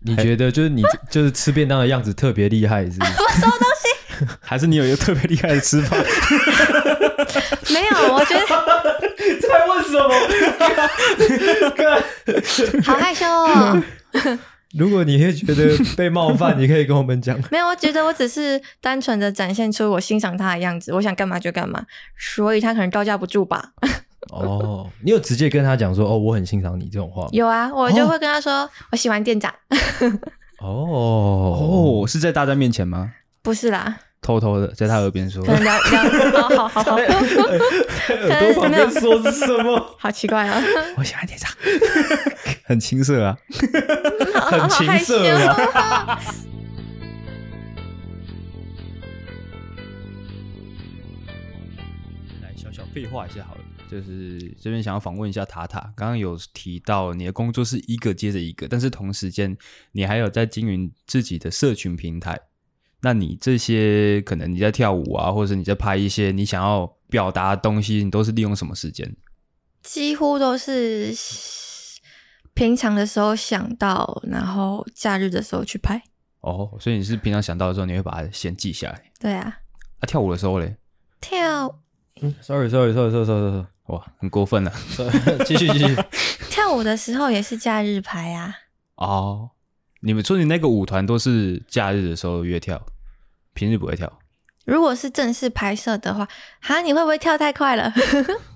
你觉得就是你就是吃便当的样子特别厉害， 是不是？什么东西？ 还是你有一个特别厉害的吃法？没有，我觉得在问什么？好害羞哦。如果你会觉得被冒犯，你可以跟我们讲。没有，我觉得我只是单纯的展现出我欣赏他的样子，我想干嘛就干嘛，所以他可能招架不住吧。 哦，你有直接跟他讲说哦，我很欣赏你这种话吗？有啊，我就会跟他说、我喜欢店长， 哦哦，是在大家面前吗？不是啦，偷偷的在他耳边说可能聊聊，好好好好，耳朵旁边说是什么？ 好奇怪啊，：“我喜欢店长。”很青涩啊。哦好好很害情羞色。啊吗？来小小废话一下好了，就是这边想要访问一下塔塔，刚刚有提到你的工作是一个接着一个，但是同时间你还有在经营自己的社群平台。那你这些可能你在跳舞啊，或者是你在拍一些你想要表达的东西，你都是利用什么时间？几乎都是平常的时候想到，然后假日的时候去拍。哦，所以你是平常想到的时候，你会把它先记下来。对啊，啊，跳舞的时候嘞，跳 Sorry Sorry Sorry Sorry Sorry 哇，很过分了、啊 Sorry，继 续继续。跳舞的时候也是假日拍啊。哦，你们说你那个舞团都是假日的时候约跳，平日不会跳。如果是正式拍摄的话，哈，你会不会跳太快了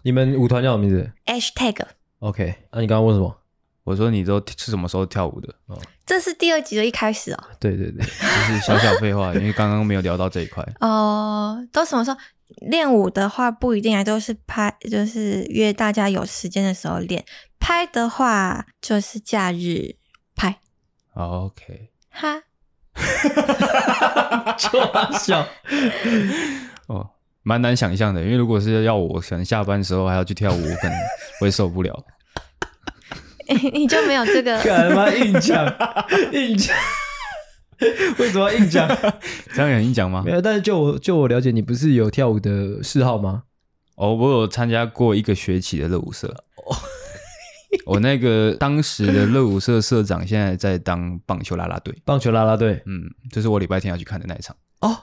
你们舞团叫什么名字？#hashtag ？OK，那、你刚刚问什么？我说你都是什么时候跳舞的？哦这是第二集的一开始哦。对对对，就是小小废话，因为刚刚没有聊到这 一块。哦、都什么时候练舞的话不一定啊，都是拍，就是约大家有时间的时候练。拍的话就是假日拍，哦 OK，哈， 就 笑。哦，蛮难想象的，因为如果是要我，可能下班时候还要去跳舞，我可能会受 不了。你就没有这个。干嘛硬 讲？硬讲？为什么要硬 讲？这样有人讲吗没？有，但是就我就我了解，你不是有跳舞的嗜好吗？哦，我有参加过一个学期的热舞社。哦我那个当时的热舞社社长现在在当棒球啦啦队，棒球啦啦队嗯，就是我礼拜天要去看的那一 场。哦，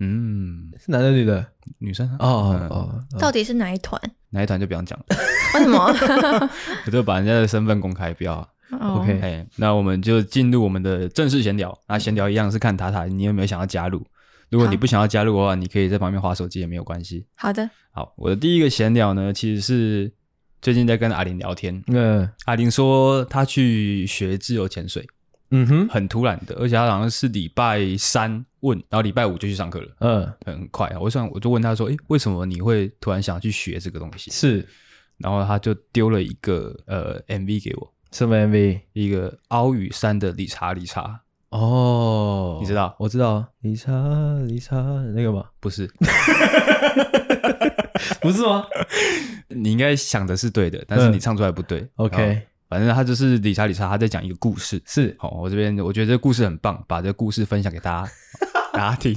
嗯，是男的女的？女生啊哦哦嗯哦，哦到底是哪一团？哪一团就不用讲了， 为什么 我就把人家的身份公开，不要啊。哦 OK 哎，那我们就进入我们的正式闲聊。那闲聊一样是看塔塔你有没有想要加入。如果你好不想要加入的话，你可以在旁边划手机也没有关系。好的，好，我的第一个闲聊呢，其实是最近在跟阿玲聊天。嗯阿玲说她去学自由潜水，嗯哼很突然的，而且她好像是礼拜三问，然后礼拜五就去上课了，嗯，很快啊。我想我就问她说，诶，为什么你会突然想去学这个东西？是然后她就丢了一个呃 MV 给我，什么 MV？一个奥羽山的理查理查。哦，你知道我知道，理查理查那个吗？不是， 不是吗？你应该想的是对的，但是你嗯唱出来不对。 OK 好反正他就是理查理查，他在讲一个故事。是好，我这边我觉得这个故事很棒，把这个故事分享 给大家，大家听。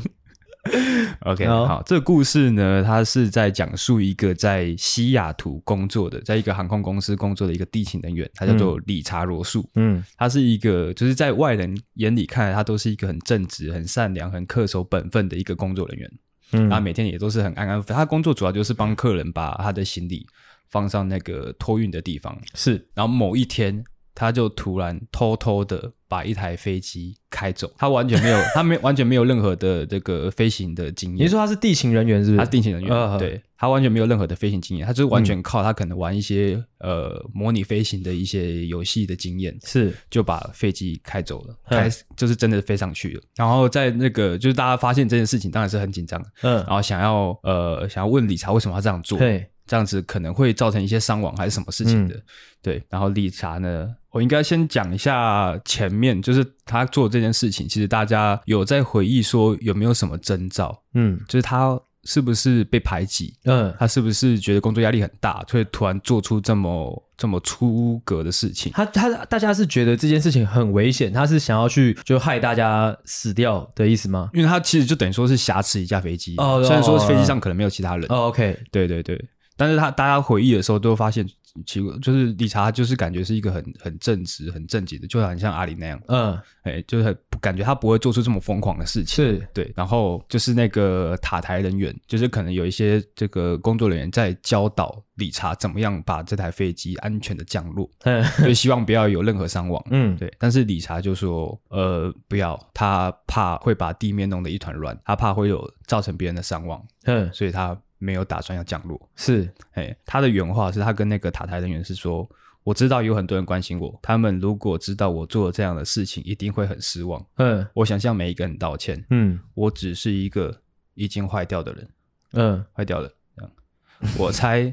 OK，好好，这个故事呢，它是在讲述一个在西雅图工作的，在一个航空公司工作的一个地勤人员，他叫做理查罗素。嗯他是一个，就是在外人眼里看来，他都是一个很正直、很善良、很恪守本分的一个工作人员。嗯他每天也都是很安安分。他工作主要就是帮客人把他的行李放上那个托运的地方。是然后某一天，他就突然偷偷的把一台飞机开走，他完全没 有，他没完全没有任何的这个飞行的经验。你是说他是地勤人员是不他是？是定型人员，呃对他完全没有任何的飞行经验，他就是完全靠他可能玩一些、呃模拟飞行的一些游戏的经验，是就把飞机开走了，嗯开就是真的飞上去了。然后在那个就是大家发现这件事情，当然是很紧张，嗯然后想要呃想要问理查为什么要这样做，对嗯这样子可能会造成一些伤亡还是什么事情的，对。然后理查呢，我应该先讲一下前面，就是他做这件事情，其实大家有在回忆说有没有什么征兆，嗯就是他是不是被排挤，嗯他是不是觉得工作压力很大，所以突然做出这么这么出格的事情。他他大家是觉得这件事情很危险，他是想要去就害大家死掉的意思吗？因为他其实就等于说是挟持一架飞机，哦虽然说飞机哦上可能没有其他人，哦，OK，对对对。但是他大家回忆的时候，都发现奇怪，就是理查就是感觉是一个很很正直、很正经的，就很像阿里那样，嗯，哎、就是很不感觉他不会做出这么疯狂的事情。是对，然后就是那个塔台人员，就是可能有一些这个工作人员在教导理查怎么样把这台飞机安全的降落，嗯所以希望不要有任何伤亡。嗯，对，但是理查就说，呃，不要，他怕会把地面弄得一团乱，他怕会有造成别人的伤亡，嗯所以他没有打算要降落。是哎，他的原话是他跟那个塔台人员是说，我知道有很多人关心我，他们如果知道我做了这样的事情，一定会很失望。嗯我想向每一个人道歉，嗯我只是一个已经坏掉的人，嗯坏掉了。这样，我猜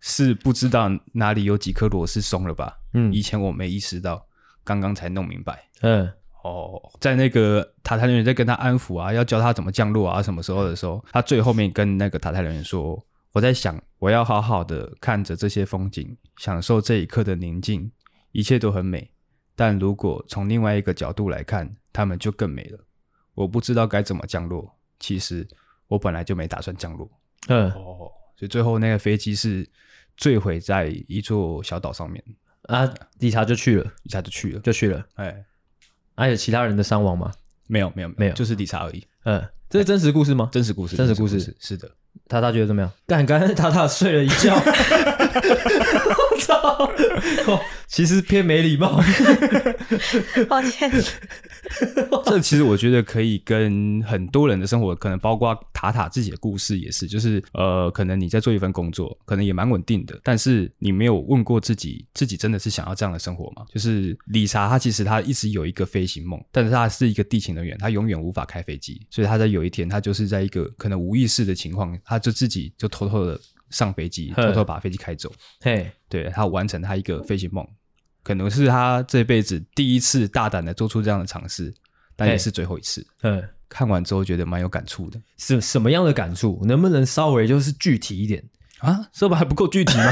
是不知道哪里有几颗螺丝松了吧？嗯以前我没意识到，刚刚才弄明白。嗯哦，在那个塔台人员在跟他安抚啊，要教他怎么降落啊，什么时候的时候，他最后面跟那个塔台人员说：“我在想，我要好好的看着这些风景，享受这一刻的宁静，一切都很美。但如果从另外一个角度来看，他们就更美了。我不知道该怎么降落。其实我本来就没打算降落。嗯哦，所以最后那个飞机是坠毁在一座小岛上面，啊，理查就去了，一下就去了。就去了，哎，还、有其他人的伤亡吗？没有没有没有就是理查而已。嗯，这是真实故事吗？真实故事，真实故事是的。塔塔觉得怎么样？干，刚刚塔塔睡了一觉，我操、哦其实偏没礼 貌。抱歉， 这其实我觉得可以跟很多人的生活，可能包括塔塔自己的故事也是，就是呃，可能你在做一份工作，可能也蛮稳定的，但是你没有问过自己，自己真的是想要这样的生活吗？就是理查他其实他一直有一个飞行梦，但是他是一个地勤人员，他永远无法开飞机，所以他在有一天，他就是在一个可能无意识的情况，他就自己就偷偷的上飞机，哼偷偷把飞机开走。嘿，对他完成他一个飞行梦，可能是他这辈子第一次大胆的做出这样的尝试，但也嘿是最后一次。嗯，看完之后觉得蛮有感触的什什么样的感触？能不能稍微就是具体一点？啊，这不还不够具体吗？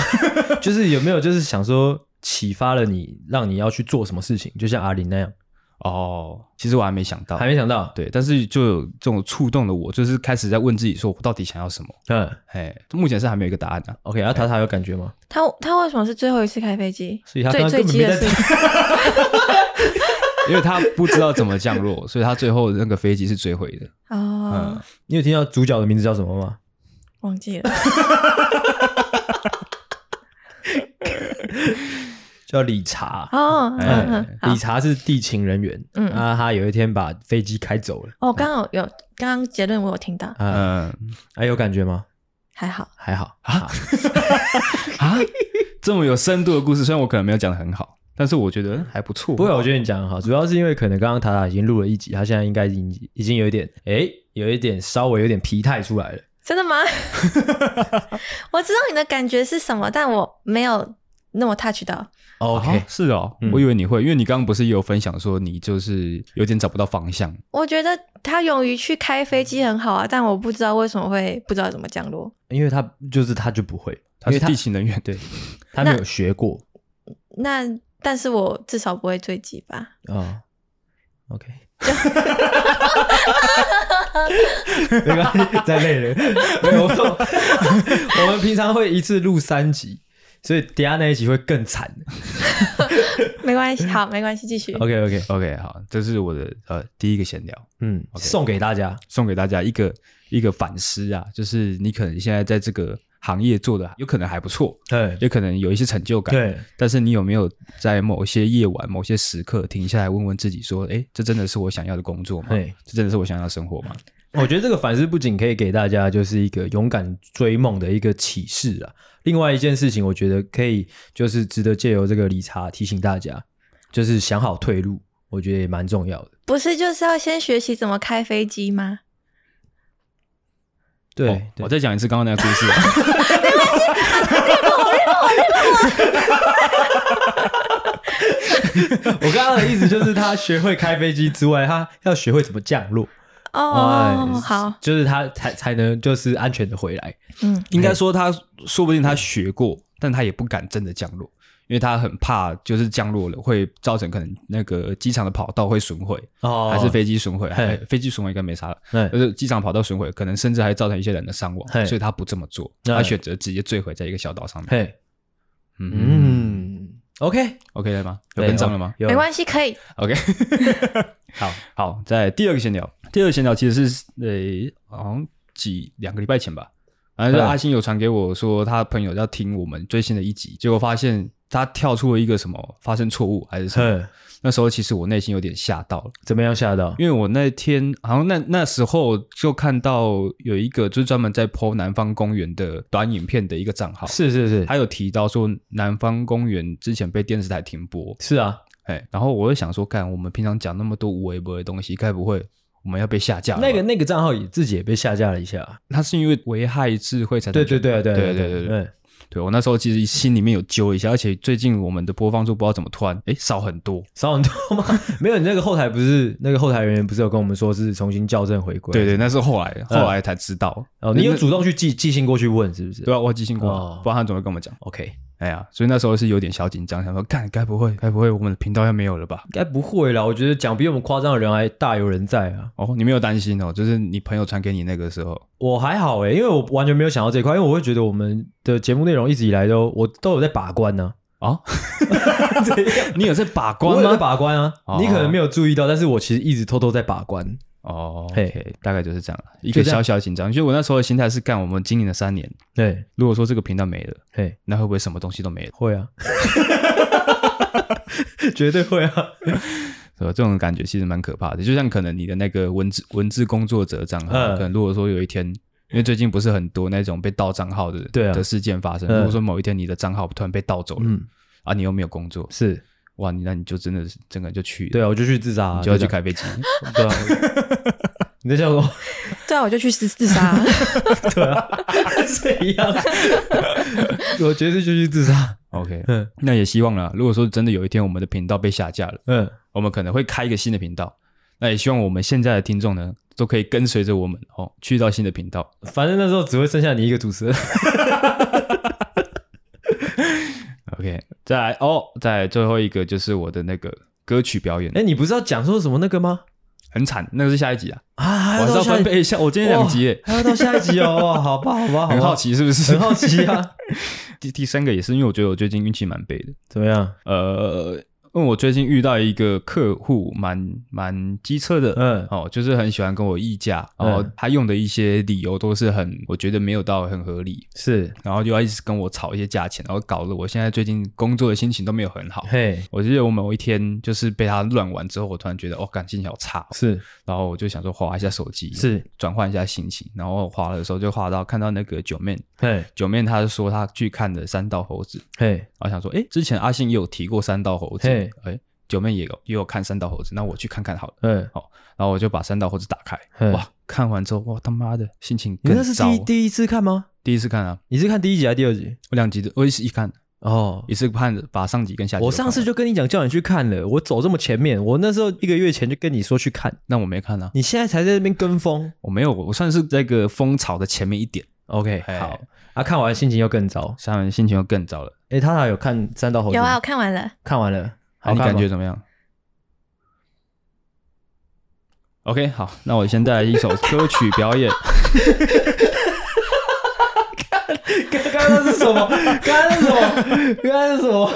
就是有没有就是想说启发了你，让你要去做什么事情？就像阿林那样， 哦，其实我还没想到还，没想到。，对，但是就有这种触动的我，就是开始在问自己说，我到底想要什么？嗯哎，目前是还没有一个答案的、 ，OK，啊，塔塔有感觉吗？他他为什么是最后一次开飞机？所以啊他刚最刚根本最急没的在是因为他不知道怎么降落，所以他最后那个飞机是坠毁的。 哦， 你有听到主角的名字叫什么吗？忘记了，叫理查。哦，哎嗯嗯好理查是地勤人员，嗯啊，他有一天把飞机开走了，哦，刚好有刚刚结论我有听到，啊，嗯还有感觉吗？还好，还好啊，啊，这么有深度的故事，虽然我可能没有讲的很好，但是我觉得嗯还不错。啊不会，我觉得你讲得好，主要是因为可能刚刚塔塔已经录了一集，他现在应该已经已经有一点，哎，有一点稍微有点疲态出来了。真的吗？ 我知道你的感觉是什么，但我没有那么 touch 到。啊是哦，嗯我以为你会，因为你刚刚不是也有分享说你就是有点找不到方向，我觉得他勇于去开飞机很好啊，但我不知道为什么会不知道怎么降落。因为他就是他就不会，他因为是他地勤人员， 对，他没有学过那但是我至少不会坠机吧？啊。OK，没关系， 太累了。没有，我说 我们平常会一次录三集，所以等一下那一集会更惨。没关系，嗯好，没关系，继续。 OK OK， OK，好，这是我的呃第一个闲聊，嗯送给大家。送给大家一个一个反思啊，就是你可能现在在这个行业做的有可能还不错，对也可能有一些成就感，，对，但是你有没有在某些夜晚、某些时刻停下来问问自己说，哎，这真的是我想要的工作吗？对这真的是我想要的生活吗？我觉得这个反思不仅可以给大家就是一个勇敢追梦的一个启示啊，另外一件事情，我觉得可以就是值得借由这个理查提醒大家，就是想好退路，我觉得也蛮重要的。不是就是要先学习怎么开飞机吗？对，哦对我再讲一次刚刚那个故事、啊。 我刚刚的意思就是，他学会开飞机之外，他要学会怎么降落。哦，哎好，，就是他才才能就是安全的回来。嗯，应该说他说不定他学过，但他也不敢真的降落，因为他很怕就是降落了会造成可能那个机场的跑道会损毁，哦还是飞机损毁，还嘿飞机损毁应该没啥了。哎而是机场跑道损毁，可能甚至还造成一些人的伤亡嘿，所以他不这么做，哎他选择直接坠毁在一个小岛上面。嘿，嗯嗯，OK，哎哦，OK 了吗？有对跟上了吗？？有没关系，可以。 OK，好好，在第二个闲聊，第二个闲聊其实是呃，好像几两个礼拜前吧，反正嗯是阿星有传给我说他朋友要听我们最新的一集，结果发现他跳出了一个什么发生错误还是什么，哼，那时候其实我内心有点吓到了，怎么样吓到？因为我那天好像那那时候就看到有一个就是专门在 PO 南方公园的短影片的一个账号，是是是他有提到说南方公园之前被电视台停播，是啊，哎，然后我就想说，干，我们平常讲那么多无微博的东西，该不会我们要被下架了吧？那个那个账号也自己也被下架了一下。它是因为危害智慧才对对对对对对对对，嗯对我那时候其实心里面有揪一下，而且最近我们的播放数不知道怎么突然哎少很多，少很多吗？ 没有，你那个后台不是那个后台人员不是有跟我们说是重新校正回归？对对，那是后来后嗯来才知道哦，你有主那动去寄寄信过去问是不是？对啊，我记性过哦了，不然他怎么会跟我们讲？ ，OK，哎呀，所以那时候是有点小紧张，想说干，该不会该不会我们的频道要没有了吧？应该不会啦。我觉得讲比我们夸张的人还大有人在啊。哦，你没有担心哦，就是你朋友传给你那个时候，我还好诶、因为我完全没有想到这一块，因为我会觉得我们的节目内容一直以来都我都有在把关 呢、哦，你有在把我关有在吗？把关啊，哦你可能没有注意到，但是我其实一直偷偷在把关。哦嘿，OK，大概就是这样了，一就个这样小小的紧张。就我那时候的心态是，干我们经营了三年，对，如果说这个频道没了，嘿，那会不会什么东西都没了？会啊， 绝对会啊。对吧？这种感觉其实蛮可怕的。就像可能你的那个文字文字工作者账号，嗯可能如果说有一天，因为最近不是很多那种被盗账号的对啊的事件发生，嗯如果说某一天你的账号突然被盗走了，嗯，啊，你又没有工作，是哇，你那你就真的是整个就去了对啊，我就去自杀、你就要去看。开飞机。对啊，你在笑我？对啊，我就去自自杀。对啊， 是一样。 我绝对就去自杀。 OK， 嗯那也希望啦。如果说真的有一天我们的频道被下架了。嗯，我们可能会开一个新的频道。那也希望我们现在的听众呢，都可以跟随着我们哦，去到新的频道。反正那时候只会剩下你一个主持人。 OK，再来哦，再来最后一个就是我的那个歌曲表演，哎、你不是要讲说什么那个吗？很惨，那个是下一集啊，啊，还我要还是到要下分一配 一下。我今天两集耶，还要到下一集哦。 哇，好吧，好吧，好吧很好，奇是不是？很好。奇啊。 第第三个也是因为我觉得我最近运气蛮背的，怎么样？呃，因为我最近遇到一个客户蛮蛮机车的，嗯哦，就是很喜欢跟我议价，嗯然后他用的一些理由都是很，我觉得没有到很合理，是，然后就要一直跟我吵一些价钱，然后搞得我现在最近工作的心情都没有很好。嘿，我记得我某一天就是被他乱完之后，我突然觉得哦，感情好差、哦，是然后我就想说划一下手机，是，转换一下心情，然后划的时候就划到看到那个九妹，嘿，九妹她说她去看了三道猴子，嘿，然后想说，哎，之前阿信也有提过三道猴子嘿，哎，九妹也有也有看三道猴子，那我去看看好了，嗯，然后我就把三道猴子打开，嘿哇，看完之后，哇他妈的心情嗯你更啊那是糟第，一第一次看吗？第一次看啊，你是看第一集还是第二集？我两集的，我一一看。哦，一次看把上集跟下集。我上次，就跟你讲叫你去看了，我走这么前面，我那时候一个月前就跟你说去看，那我没看啊，你现在才在那边跟风。我没有，我算是这个风潮的前面一点。 OK，哎好啊，看完心情又更糟。三人心情又更糟了。哎，他还有看《三道猴子》 有吗？啊，我看完了。看完了，好，好你看感觉吗？怎么样？OK，好，那我先带来一首歌曲 表演。刚刚那是什么？刚刚那是什么？刚刚是什么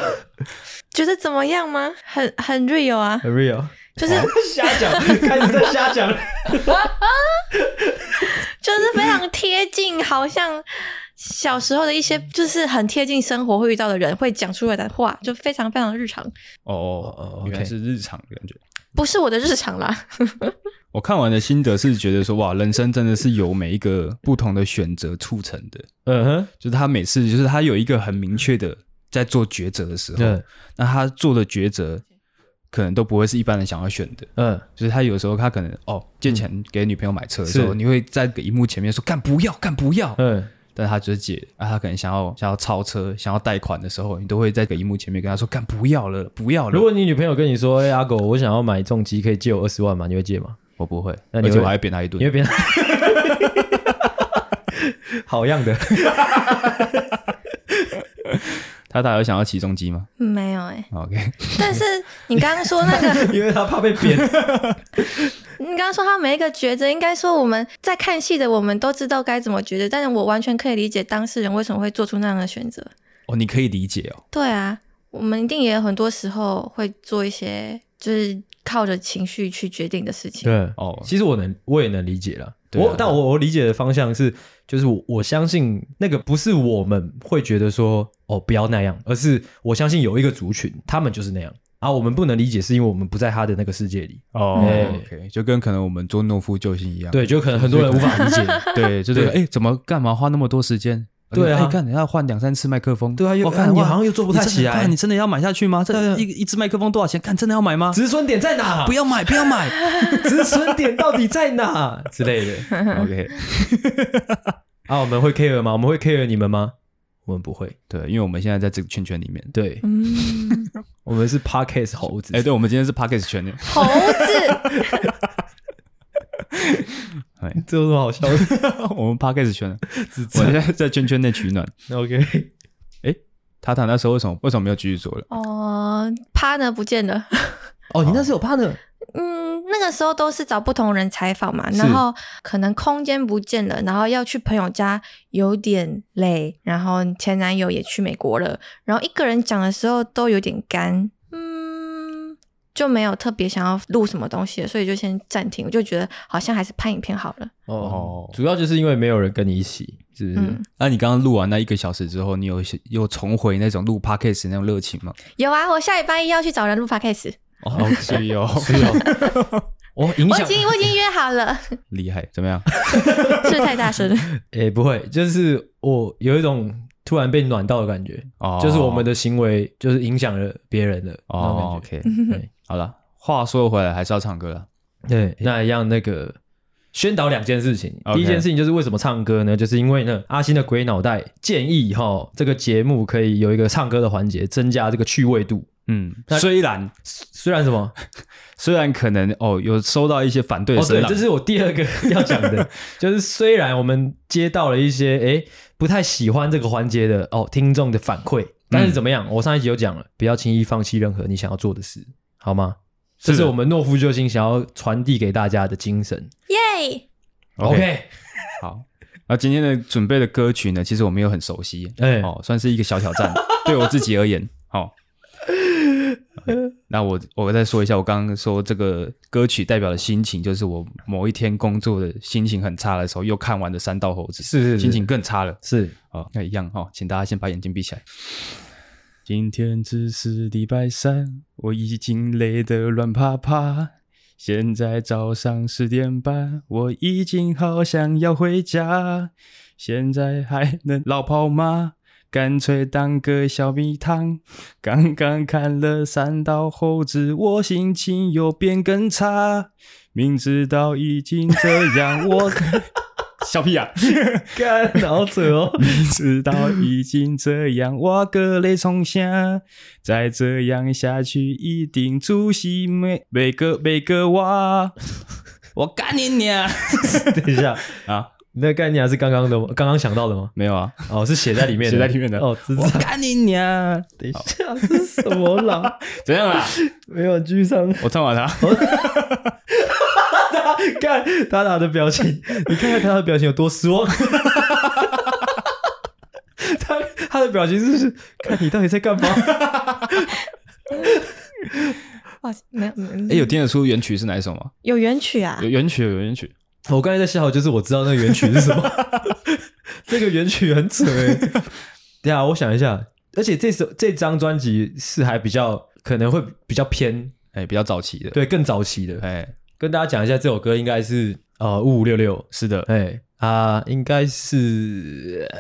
觉得怎么样吗？很很 real 啊，很？Real，就是瞎讲，开始在瞎讲。就是非常贴近，好像小时候的一些就是很贴近生活会遇到的人会讲出来的话，就非常非常日常，哦哦哦， ，OK 原来是日常的感觉。不是我的日常啦。我看完的心得是觉得说，哇，人生真的是由每一个不同的选择促成的。嗯哼，就是他每次，就是他有一个很明确的在做抉择的时候，对，那他做的抉择可能都不会是一般人想要选的。嗯，就是他有时候他可能哦借钱给女朋友买车的时候，是你会在荧幕前面说干不要干不要，嗯，但他就是借啊，他可能想要想要超车，想要贷款的时候，你都会在荧幕前面跟他说干不要了不要了。如果你女朋友跟你说：“哎、阿狗，我想要买重机，可以借我二十万吗？”你会借吗？我不会，那而你且会我还会扁他一因为顿。 别人好样的，他大有想要起重机吗哦没有哎、 ？OK，但是你刚刚说那个， 因为他怕被扁。 你刚刚说他每一个抉择，应该说我们在看戏的，我们都知道该怎么抉择，但是我完全可以理解当事人为什么会做出那样的选择。哦，你可以理解哦。对啊，我们一定也有很多时候会做一些就是靠着情绪去决定的事情。对，哦其实我能，我也能理解了。对啊我但我我理解的方向是，就是我我相信那个不是我们会觉得说哦不要那样，而是我相信有一个族群，他们就是那样啊。我们不能理解是因为我们不在他的那个世界里，哦嗯，OK，就跟可能我们做懦夫救星一样。对，就可能很多人无法理 解。对，就是对哎，怎么干嘛花那么多时间？对啊哎看你要换两三次麦克风，对啊，又我看你哇好像又做不你太真的起来干你。真的要买下去吗？对这啊一一支麦克风多少钱？看真的 要买吗？止损点在哪？不要要买，不 要买。止损点到底在哪之类的 OK， 啊？我们会 care 吗？我们会 care 你们吗？我们不会。对，因为我们现在在这个圈圈里面。对，嗯，我们是 podcast 猴子。哎，对，我们今天是 Pockets 圈的。猴子，哎， 这有什么好 笑的我们 Pockets 圈 的，我现在在圈圈内取暖。 ？OK，塔塔那时候为什么为什么没有继续做了？哦，趴呢不见了。哦，你那是有怕的。 嗯，那个时候都是找不同人采访嘛，是然后可能空间不见了，然后要去朋友家有点累，然后前男友也去美国了，然后一个人讲的时候都有点干，嗯，就没有特别想要录什么东西了，所以就先暂停。我就觉得好像还是拍影片好了，哦哦，主要就是因为没有人跟你一起，是不是？嗯，那、你刚刚录完那一个小时之后，你有一些又重回那种录 Pockets 那种热情吗？有啊，我下礼拜一要去找人录 podcast，哦，所以 哦，是哦，我影我已响 经我已经约好了，厉害，怎么 样？是不是太大声了？ 诶、不会，就是我有一种突然被暖到的感觉，哦就是我们的行为就是影响了别人的那种感哦觉。 ，OK，对好了。话说回来，还是要唱歌了。对，那一样那个宣导两件事情。 OK 第一件事情就是为什么唱歌呢？就是因为呢，阿星的鬼脑袋建议哈，这个节目可以有一个唱歌的环节，增加这个趣味度。嗯，那虽然虽虽然什么？虽然可能哦有收到一些反对的哦，声对，浪，这是我第二个要讲 的，就是虽然我们接到了一些诶不太喜欢这个环节的哦听众的反馈，但是怎么嗯样？我上一集有讲了，不要轻易放弃任何你想要做的事，好吗？这是的是我们懦夫救星想要传递给大家的精神。耶！ OK，好。那今天的准备的歌曲呢，其实我没有很熟悉，哎哦，算是一个小挑战， 对我自己而言，好、那我我再说一下，我刚刚说这个歌曲代表的心情，就是我某一天工作的心情很差的时候，又看完了《三道猴子》，是是是心情更差了。 是哦，那一样哈、哦，请大家先把眼睛闭起来。今天只是礼拜三，我已经累得乱啪啪。现在早上十点半，我已经好想要回家。现在还能绕跑吗？干脆当个小米汤。刚刚看了三道猴子，我心情又变更差。明知道已经这样，我 小屁啊 呀、干好扯哦。明知道已经这样，我个泪从下，再这样下去，一定出息每每个每个我，我干你娘等一下，啊！那概念还是刚刚的吗，刚刚想到的吗？没有啊，哦，是写在里面的， 写在里面的哦，知道我。干你娘！等一下，这是什么 啦？怎样啦？没有继续唱。我唱完了。啊看他俩的表情，你看看他的表情有多失望。他他的表情是不是看你到底在干嘛？哇，没有没哎，有有听得出原曲是哪一首吗？有原曲啊有，原曲，有原曲。我刚才在笑，就是我知道那个原曲是什么。 这个原曲很扯哎、欸。对啊，我想一下，而且这首这张专辑是还比较可能会比较偏哎，比较早期的。，对更早期的。哎，跟大家讲一下，这首歌应该是呃五五六六，是的，哎啊，应该是呃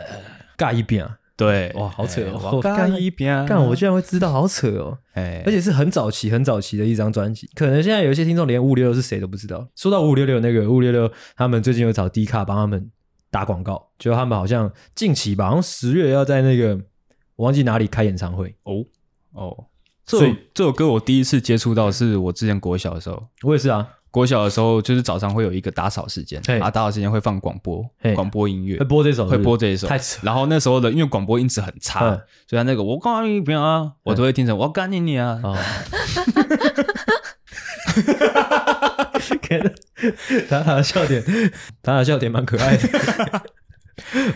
尬一边啊。对。哇好扯哦哎我干一边，干，我居然会知道，好扯哦！哎，而且是很早期、很早期的一张专辑，可能现在有一些听众连五五六六是谁都不知道。说到五五六六那个五五六六，他们最近有找 D 卡帮他们打广告，就他们好像近期吧，好像十月要在那个我忘记哪里开演唱会。哦哦，这所以首这首歌我第一次接触到是我之前国小的时候。我也是啊，国小的时候，就是早上会有一个打扫时间，嘿啊，打扫时间会放广播嘿，广播音乐会播这首是不会是，播这一首太扯。然后那时候的，因为广播音质很差，嗯所以他那个我告诉你不要啊，我都会听成我干你你啊。 啊！ 可能 塔塔的笑点， 塔塔的笑点蛮可爱的。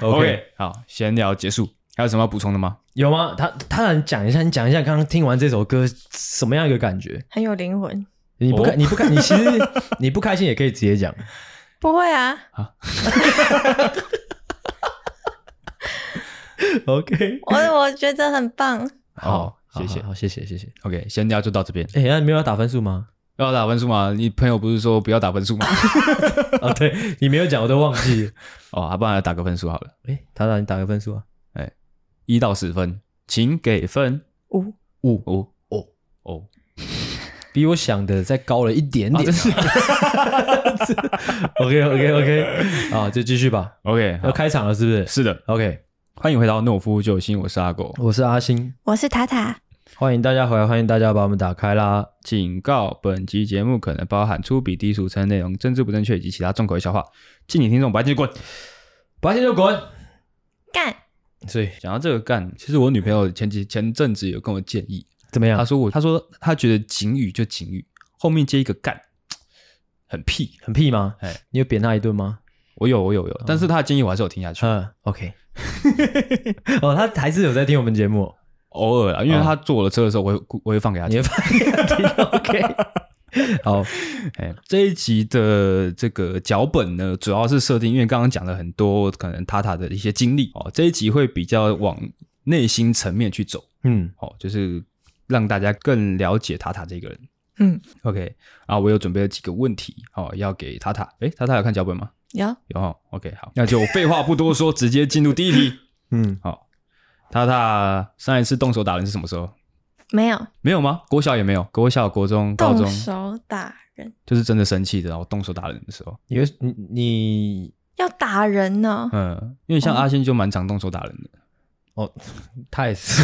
OK，好，闲聊结束，还有什么要补充的吗？有吗？他他想讲一下，你讲一下刚刚听完这首歌什么样一个感觉？很有灵魂。你不哦开，你不开，你其实 你不开心也可以直接讲。不会 啊， OK，我我觉得很棒。好，谢谢。好，谢谢，谢谢。 OK，闲聊就到这边。哎，那你没有要打分数吗？要打分数吗？你朋友不是说不要打分数吗？ 哦，对你没有讲，我都忘记了。哦，啊不然来打个分数好了， 哎，塔塔，你打个分数啊？一到十分，请给分五，五五哦哦，啊比我想的再高了一点 点、OK OK OK，啊，就继续吧。 OK，要好开场了是不是是的， ？OK，欢迎回到《懦夫救星》，我是阿狗。我是阿星，我是塔塔，欢迎大家回来，欢迎大家把我们打开啦。警告：本集节目可能包含粗鄙、低俗、成人内容、政治不正确以及其他重口味笑话，敬请听众白天滚。白天就滚。干所以讲到这个干，其实我女朋友前几前阵子有跟我建议，怎么样她？说我，她说她觉得警语就警语，后面接一个干，很屁。很屁吗？哎你有扁他一顿吗？我有，我有，有，但是她的建议我还是有听下去，嗯，OK。哦，他还是有在听我们节目， 偶尔啦，啊因为她坐我的车的时候，我会我会放给她嗯你会。听发现 OK。好， 哎，这一集的这个脚本呢，主要是设定，因为刚刚讲了很多可能塔塔的一些经历哦，这一集会比较往内心层面去走嗯，哦，就是让大家更了解塔塔这个人。嗯，OK 啊，我有准备了几个问题哦，要给塔塔。诶，塔塔有看脚本吗？有有、哦、，OK，好，那就废话不多说， 直接进入第一题。嗯，好、塔塔上一次动手打人是什么时候？没有没有吗？国小也没有，国小、国中、高动中，手打人？就是真的生气的，然后动手打人的时候。你会你你要打人呢？嗯，因为像哦阿仙就蛮常动手打人的。哦， 他也是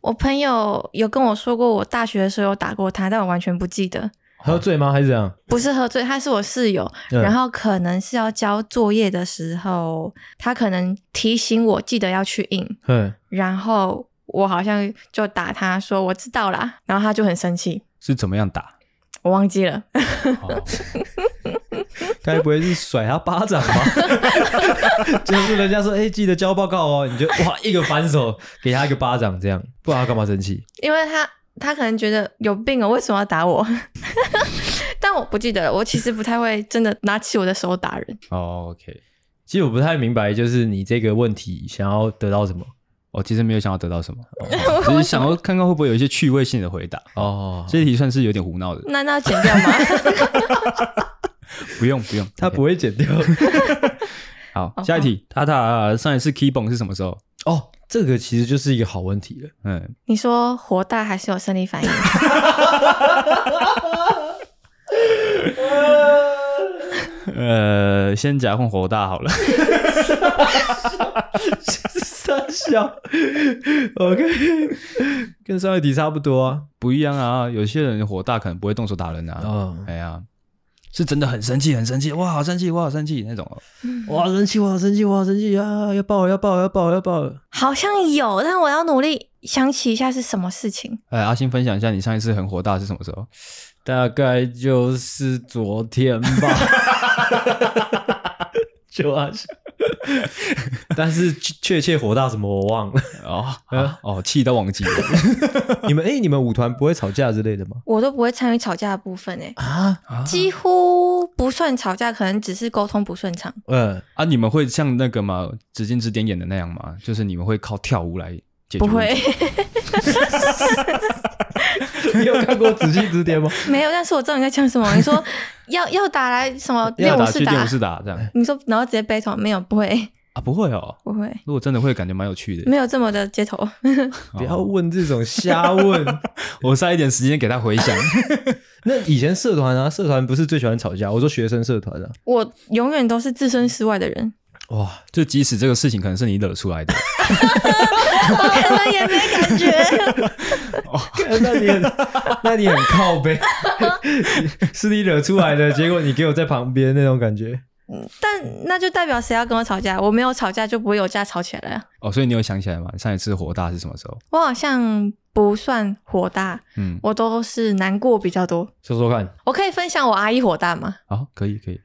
我朋友有跟我说过，我大学的时候有打过他，但我完全不记得。喝醉吗？还是怎样？不是喝醉，他是我室友，嗯 然后可能是要交作业的时候，他可能提醒我记得要去印，嗯，然后我好像就打他说我知道啦，然后他就很生气， 是怎么样打？我忘记了，哦、该不会是甩他巴掌吧？ 就是人家说，哎、记得交报告哦，你就哇一个反手给他一个巴掌，这样，不然他干嘛生气？因为他他可能觉得有病哦，为什么要打我？ 但我不记得了，我其实不太会真的拿起我的手打人。哦，OK，其实我不太明白，就是你这个问题想要得到什么我哦其实没有想要得到什么，哦 只是想要看看会不会有一些趣味性的回答。哦。这一题算是有点胡闹的，那那要剪掉吗？ 不用 不用，他 OK 不会剪掉好。下一题，塔塔上一次 key b o n 是什么时候？哦，这个其实就是一个好问题了。 嗯，你说活大还是有生理反应？呃，先夹混火大好了。 三小，OK，跟上一题差不多啊。不一样啊，有些人火大可能不会动手打人啊。哦，哎呀，是真的很生气，很生气，哇，好生气，哇，好生气那种哦。哇，生气，哇，生气，哇，生气啊！要爆了，要爆了，要爆了，要爆了！ 好像有，但我要努力想起一下是什么事情。哎，阿星分享一下你上一次很火大是什么时候？大概就是昨天吧，就啊， 但是确切火大什么我忘了。哦啊哦，气都忘记了。你们哎、你们舞团不会吵架之类的吗？我都不会参与吵架的部分欸诶、啊，几乎不算吵架，可能只是沟通不顺畅。嗯，啊，你们会像那个吗？《指尖指点》演的那样吗？就是你们会靠跳舞来解决？不会，， 你有看过《仔细指 点》吗？没有。但是我知道你在讲什么。你说要要打来什么要练 武打士去练打武？士打这样你说然后直接 battle？没有，不会，啊？不会哦。不会，如果真的会，感觉蛮有趣的。没有这么的街头。不要问这种瞎问。我塞一点时间给他回想。那以前社团啊，社团不是最喜欢吵架？我说学生社团啊，我永远都是置身事外的人。哇，就即使这个事情可能是你惹出来的，我 可能也没感觉， 那你很，那你很靠 背，是你惹出来的，结果你给我在旁边那种感觉。 但那就代表谁要跟我吵架？我没有吵架就不会有架吵起来了。哦，所以你有想起来吗？上一次火大是什么时候？我好像不算火大，嗯，我都是难过比较多。说说看，我可以分享我阿姨火大吗？好、可以可 以，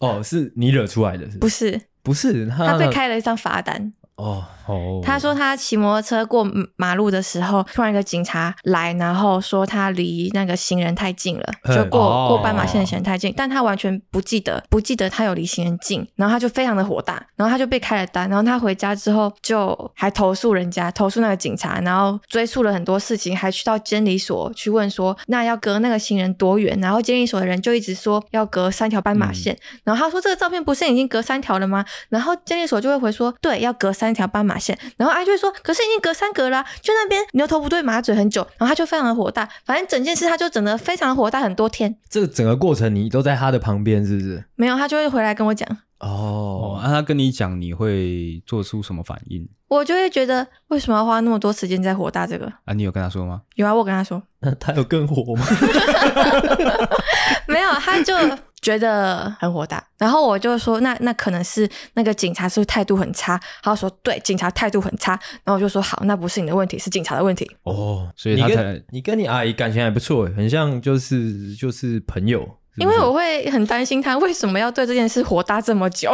哦，是你惹出来的，是不不是？是，不是，她他被开了一张罚单。哦哦，她说她骑摩托车过马路的时候，突然一个警察来，然后说她离那个行人太近了，嗯就过、哦过斑马线的行人太近，但她完全不记得，不记得她有离行人近，然后她就非常的火大，然后她就被开了单，然后她回家之后就还投诉人家，投诉那个警察，然后追溯了很多事情，还去到监理所去问说，那要隔那个行人多远？然后监理所的人就一直说要隔三条斑马线，嗯然后他说这个照片不是已经隔三条了吗？然后监理所就会回说，对，要隔三条斑马线。然后阿姨就会说，可是已经隔三格啦、就那边牛头不对马嘴很久。然后他就非常的火大，反正整件事他就整的非常火大很多天。这整个过程你都在他的旁边，是不是？没有，他就会回来跟我讲，哦哦，那、他跟你讲，你会做出什么反应我就会觉得为什么要花那么多时间在火大这个？啊？你有跟他说吗？有啊，我跟他说那他有更火吗？没有，啊他就觉得很火大。然后我就说，那那可能是那个警察是不是态度很差？他说对，警察态度很差。然后我就说好，那不是你的问题，是警察的问题。 哦，所以你他才跟你跟你阿姨感情还不错欸耶，很像就是就是朋友，是不是因为我会很担心他为什么要对这件事火大这么久，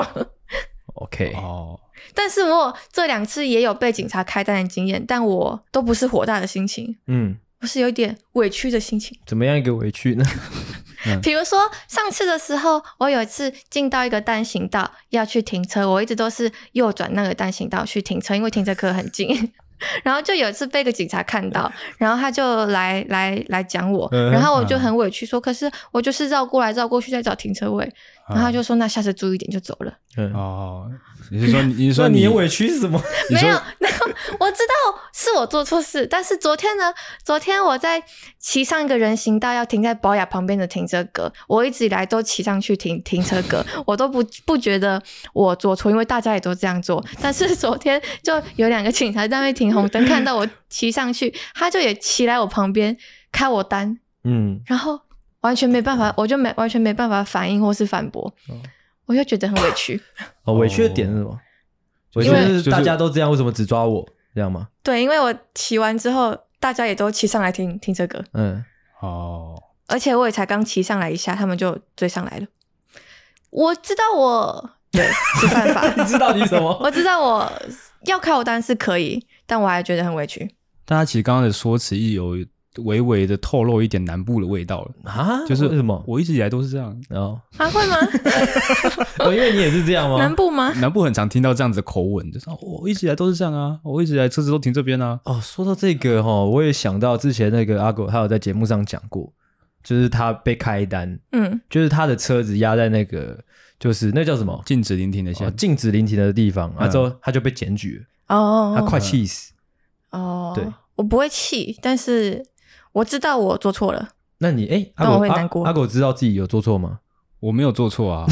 OK 哦，但是我这两次也有被警察开单的经验，但我都不是火大的心情，嗯，我是有一点委屈的心情。怎么样一个委屈呢？ 比如说上次的时候，我有一次进到一个单行道要去停车，我一直都是右转那个单行道去停车，因为停车格很近。 然后就有一次被一个警察看到，然后他就来来来讲我，嗯然后我就很委屈说，可是我就是绕过来绕过去再找停车位，然后他就说那下次注意点就走了。嗯，哦，你是说你是那说你你的委屈是什么？ 你没说有， 没有，我知道是我做错事，但是昨天呢，昨天我在骑上一个人行道，要停在宝雅旁边的停车格，我一直以来都骑上去停 停车格，我都不不觉得我做错，因为大家也都这样做。但是昨天就有两个警察在那边停红灯，看到我骑上去，他就也骑来我旁边开我单，嗯，然后完全没办法，我就没完全没办法反应或是反驳，嗯哦我就觉得很委屈。哦，委屈的点是什么？委屈因为就是大家都这样，为什么只抓我？这样吗？对，因为我骑完之后，大家也都骑上来停停车格。嗯，哦，而且我也才刚骑上来一下，他们就追上来了。我知道我对是犯你法， 知道你什么？ 我知道我要开我单是可以，但我还觉得很委屈。但他其实刚刚的说辞意有微微的透露一点南部的味道了，啊，就是为什么？我一直以来都是这样， 哦，啊，会吗？我哦因为你也是这样吗南？部吗？南部很常听到这样子的口吻，就是、哦、我一直以来都是这样啊，我一直以来车子都停这边啊，哦，说到这个哈、我也想到之前那个阿狗，他有在节目上讲过，就是他被开单，嗯，就是他的车子压在那个，就是那叫什么？禁止临停的线哦、，禁止临停的地方，啊嗯之后他就被检举了，他哦快气死。哦，对，我不会气，但是我知道我做错了。那你哎，阿那我狗会阿难过阿狗知道自己有做错吗？我没有做错 啊。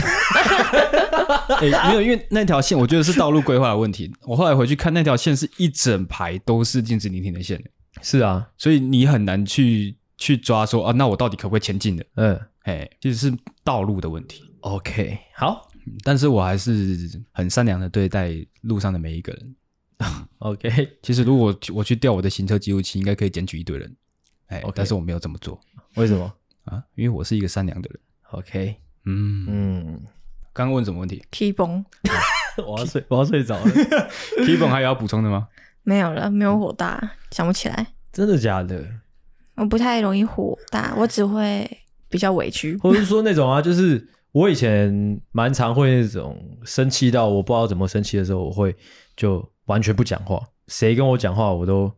哎、没有，因为那条线我觉得是道路规划的问题。我后来回去看那条线是一整排都是禁止临停的线，是啊，所以你很难去去抓说啊，那我到底可不可以前进的？嗯哎，其实是道路的问题。 ，OK，好嗯但是我还是很善良的对待路上的每一个人。 ，OK，其实如果我去调我的行车记录器，应该可以检举一堆人。哎 OK 但是我没有这么做为什么啊，因为我是一个善良的人。 ？OK，嗯，嗯，刚刚问什么问 题 k e y 崩 我要睡，我要睡着了， k e v i n 还有要补充的吗？没有了，没有火大，想不起来。 真的假的？我不太容易火大，我只会比较委 屈。或者是说那种啊，就是我以前蛮常会那种生气到我不知道怎么生气的时候，我会就完全不讲话，谁跟我讲话我都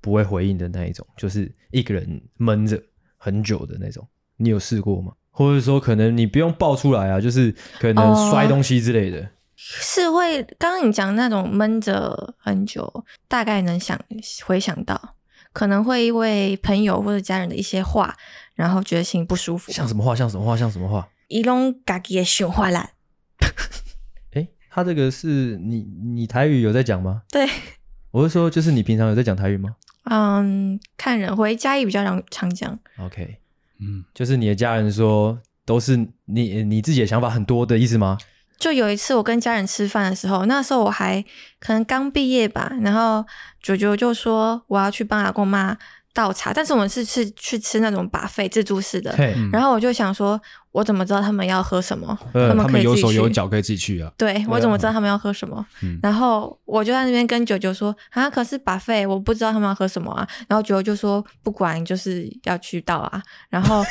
不会回应的那一种，就是一个人闷着很久的那种。你有试过吗？或者说可能你不用爆出来啊，就是可能哦摔东西之类的。是会，刚刚你讲那种闷着很久，大概能想回想到，可能会因为朋友或者家人的一些话，然后觉得心里不舒服。像什么话，像什么话，像什么话？伊拢家己的想法啦，他这个是你你台语有在讲吗？对，我是说，就是你平常有在讲台语吗嗯，看人回家也比较常常讲， ？OK，嗯，就是你的家人说都是你你自己的想法很多的意思吗？就有一次我跟家人吃饭的时候，那时候我还可能刚毕业吧，然后九九就说我要去帮阿公妈倒茶，但是我们是吃去吃那种把费自助式的，嘿，嗯然后我就想说，我怎么知道他们要喝什么？呃们他可们以有自己手有去脚可以自己去啊。对我怎么知道他们要喝什么？嗯然后我就在那边跟九九说啊，可是把费我不知道他们要喝什么啊。然后九九就说不管，就是要去倒啊。然后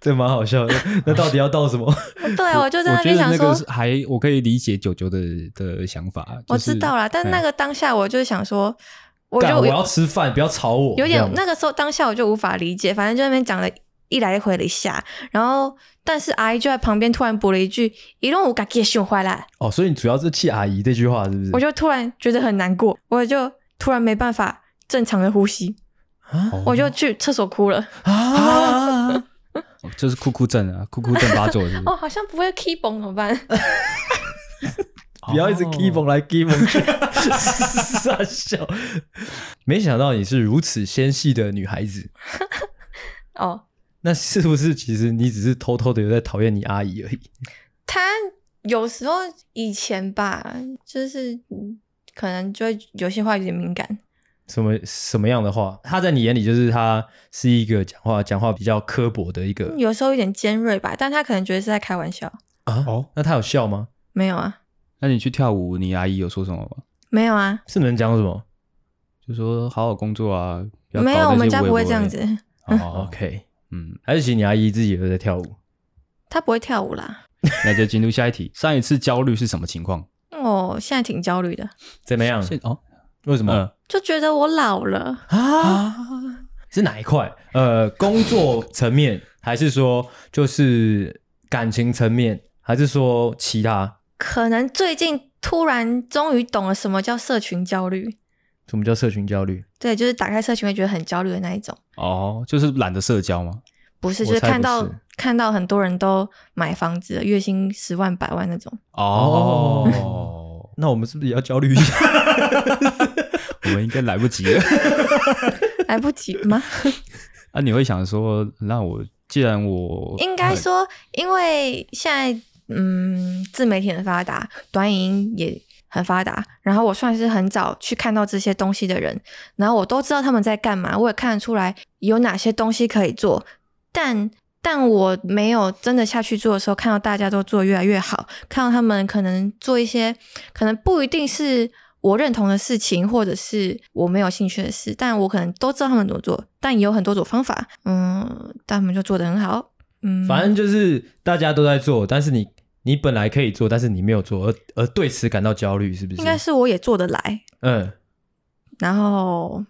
这蛮好 笑的。那到底要到什么？对啊我就在那边想我觉得说那个，是还我可以理解九九的的想法，啊我就是知道啦，嗯但那个当下我就想说，我 就干我有要吃饭，不要吵我。有这点样那个时候当下我就无法理解，反正就在那边讲了一来一回了一下，然后但是阿姨就在旁边突然补了一句“一弄我赶紧选回来”，哦，所以你主要是气阿姨这句话是不是？我就突然觉得很难过，我就突然没办法正常的呼吸，啊我就去厕所哭了。嗯啊，哦就是酷酷症啊， 酷酷症发作是不 哦，是？好像不会 keep 怎么办？不要一哦直 keep on 来 keep on，去 傻笑。没想到你是如此纤细的女孩子， 哦，那是不是其实你只是偷偷的有在讨厌你阿姨而已？他有时候以前吧，就是嗯可能就会有些话有点敏感。什么什么样的话？她在你眼里就是她是一个讲话讲话比较刻薄的一个有时候有点尖锐吧，但他可能觉得是在开玩笑。啊？哦，那她有笑吗？没有啊，那你去跳舞，你阿姨有说什么吗？没有啊，是能讲什么？就说好好工作啊，不要搞没有，那我们些家微不会博这样的。子。哦哦 OK， 嗯，还是其实你阿姨自己有在跳舞？他不会跳舞啦。那就进入下一题。 上一次焦虑是什么情况？我、哦现在挺焦虑的，怎么样？现哦，为什么？嗯就觉得我老了。嗯啊，是哪一块？呃，工作层面，还是说就是感情层面，还是说其他？可能最近突然终于懂了什么叫社群焦虑，什么叫社群焦虑？对，就是打开社群会觉得很焦虑的那一种，哦，就是懒得社交吗？不是，我就是猜不看到是看到很多人都买房子了，月薪十万百万那种，哦，那我们是不是也要焦虑一下？我们应该来不及了。 来不及吗？ 啊，你会想说，那我既然我应哎该说，因为现在嗯，自媒体很发达，短影音也很发达，然后我算是很早去看到这些东西的人，然后我都知道他们在干嘛，我也看得出来有哪些东西可以做，但。但我没有真的下去做的时候，看到大家都做得越来越好，看到他们可能做一些可能不一定是我认同的事情，或者是我没有兴趣的事，但我可能都知道他们怎么做，但也有很多种方法，嗯，但他们就做得很好，嗯， 反正就是大家都在做，但是你你本来可以做，但是你没有做，而而对此感到焦虑，是不是？应该是我也做得来，嗯，然后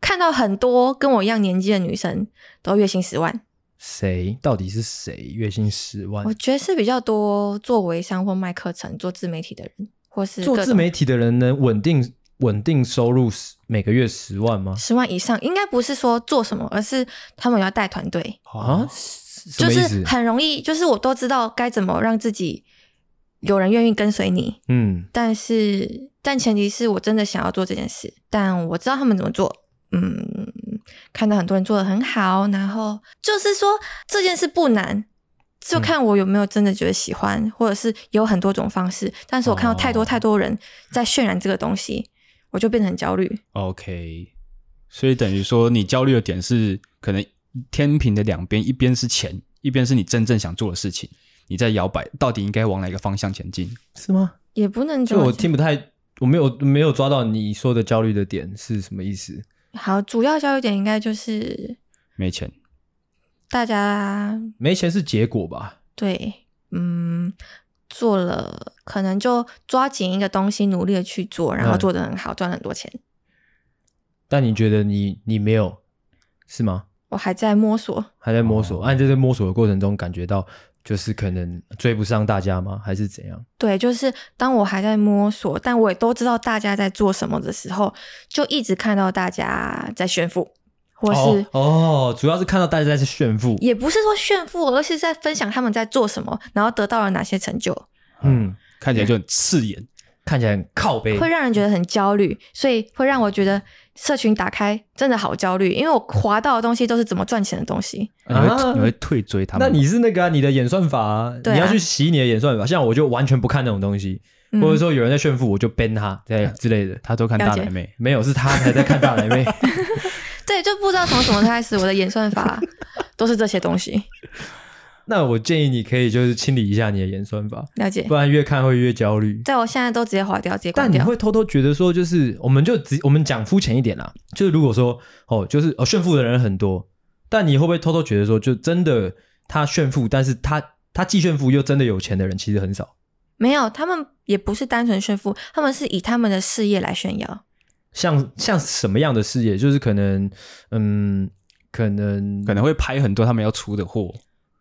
看到很多跟我一样年纪的女生都月薪十万，谁到底是谁月薪十万我？觉得是比较多做微商或卖课程、做自媒体的人，或是做各自种媒体的人能稳定稳定收入十每个月十万吗？十万以上，应该不是说做什么，而是他们要带团队，啊，啊，什就么意是思？很容易，就是我都知道该怎么让自己有人愿意跟随你，嗯，但是但前提是我真的想要做这件事，但我知道他们怎么做。嗯，看到很多人做的很好，然后就是说这件事不难，嗯就看我有没有真的觉得喜欢，或者是有很多种方式。但是我看到太多哦太多人在渲染这个东西，我就变得很焦虑。 OK，所以等于说你焦虑的点是可能天平的两边，一边是钱，一边是你真正想做的事情，你在摇摆，到底应该往哪个方向前进？是吗？也不能这就么我讲听不太，我没有没有抓到你说的焦虑的点是什么意思？好，主要焦虑点应该就是没钱，大家没钱是结果吧？对，嗯，做了可能就抓紧一个东西，努力的去做，然后嗯做的很好，赚很多钱。但你觉得你你没有是吗？我还在摸索，还在摸索？哦按、你在这摸索的过程中，感觉到就是可能追不上大家吗？还是怎样？对，就是当我还在摸索，但我也都知道大家在做什么的时候，就一直看到大家在炫富，或是、哦哦，主要是看到大家在炫富，也不是说炫富，而是在分享他们在做什么，然后得到了哪些成就，嗯，看起来就很刺眼。看起来很靠背，会让人觉得很焦虑，所以会让我觉得社群打开真的好焦虑，因为我嗯划到的东西都是怎么赚钱的东西。你会、啊你会退追他那们吗？你是那个、啊、你的演算法、啊，对啊你要去洗你的演算法。像我就完全不看那种东西，嗯或者说有人在炫富，我就 ban 他，对之类的。他都看了大解奶妹，没有，是他才在看大奶妹。对，就不知道从什么开始，我的演算 法都是这些东西。那我建议你可以就是清理一下你的演算法，了解不，然越看会越焦虑。在我现在都直接划掉，直接关但你掉。会偷偷觉得说，就是我们就只我们讲肤浅一点啦，就是如果说哦，就是哦炫富的人很多，但你会不会偷偷觉得说，就真的他炫富，但是他他既炫富又真的有钱的人其实很少。没有，他们也不是单纯炫富，他们是以他们的事业来炫耀。像像什么样的事业？就是可能，嗯，可能可能会拍很多他们要出的货。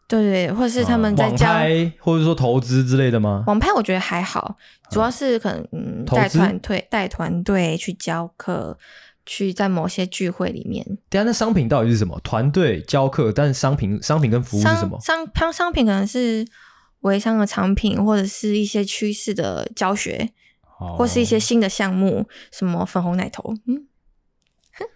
对对，对或是他们在啊网教、拍，或者说投资之类的吗？网拍，我觉得还好，主要是可能嗯投带资团队带团队去教课，去在某些聚会里面。对啊，那商品到底是什么？团队教课，但是商品商品跟服务是什么商？商商商品可能是微商的产品，或者是一些趋势的教学，哦或是一些新的项目，什么粉红奶头，嗯，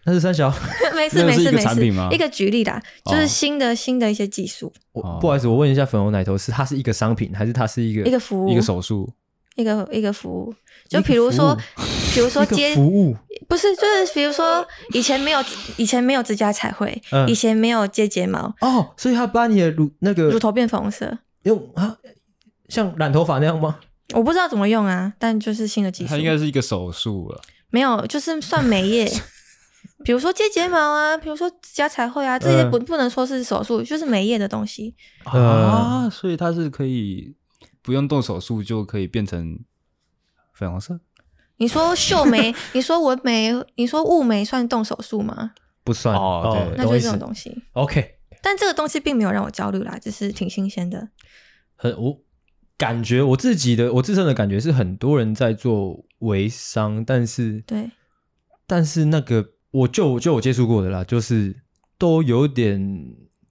那是三 小，没事那没是一事个没产品事吗，一个举例啦，就是哦新的新的一些技术，我哦不好意思，我问一下，粉红奶头是它是一个商品，还是它是一个一个服务，一个手术，一个一个服务，一个就比如说服务，比如说一个接服务？不是，就是比如说以前没有以前没有指甲彩绘，嗯以前没有接睫毛，哦，所以他把你的乳那个乳头变粉红色，用啊，像染头发那样吗？我不知道怎么用啊，但就是新的技术它，应该是一个手术了。没有，就是算 美业。比如说接睫毛啊，比如说指甲彩绘啊，这嗯些不不能说是手术，就是美业的东西。呃啊，所以它是可以不用动手术就可以变成粉红色？你说 秀眉，你说纹眉，你说雾眉算动手术吗？不算哦对那懂就意是这思种。东西。 OK，但这个东西并没有让我焦虑啦，只是挺新鲜的。很我感觉我自己的我自身的感觉是很多人在做微商，但是对，但是那个我就就我接触过的啦，就是都有点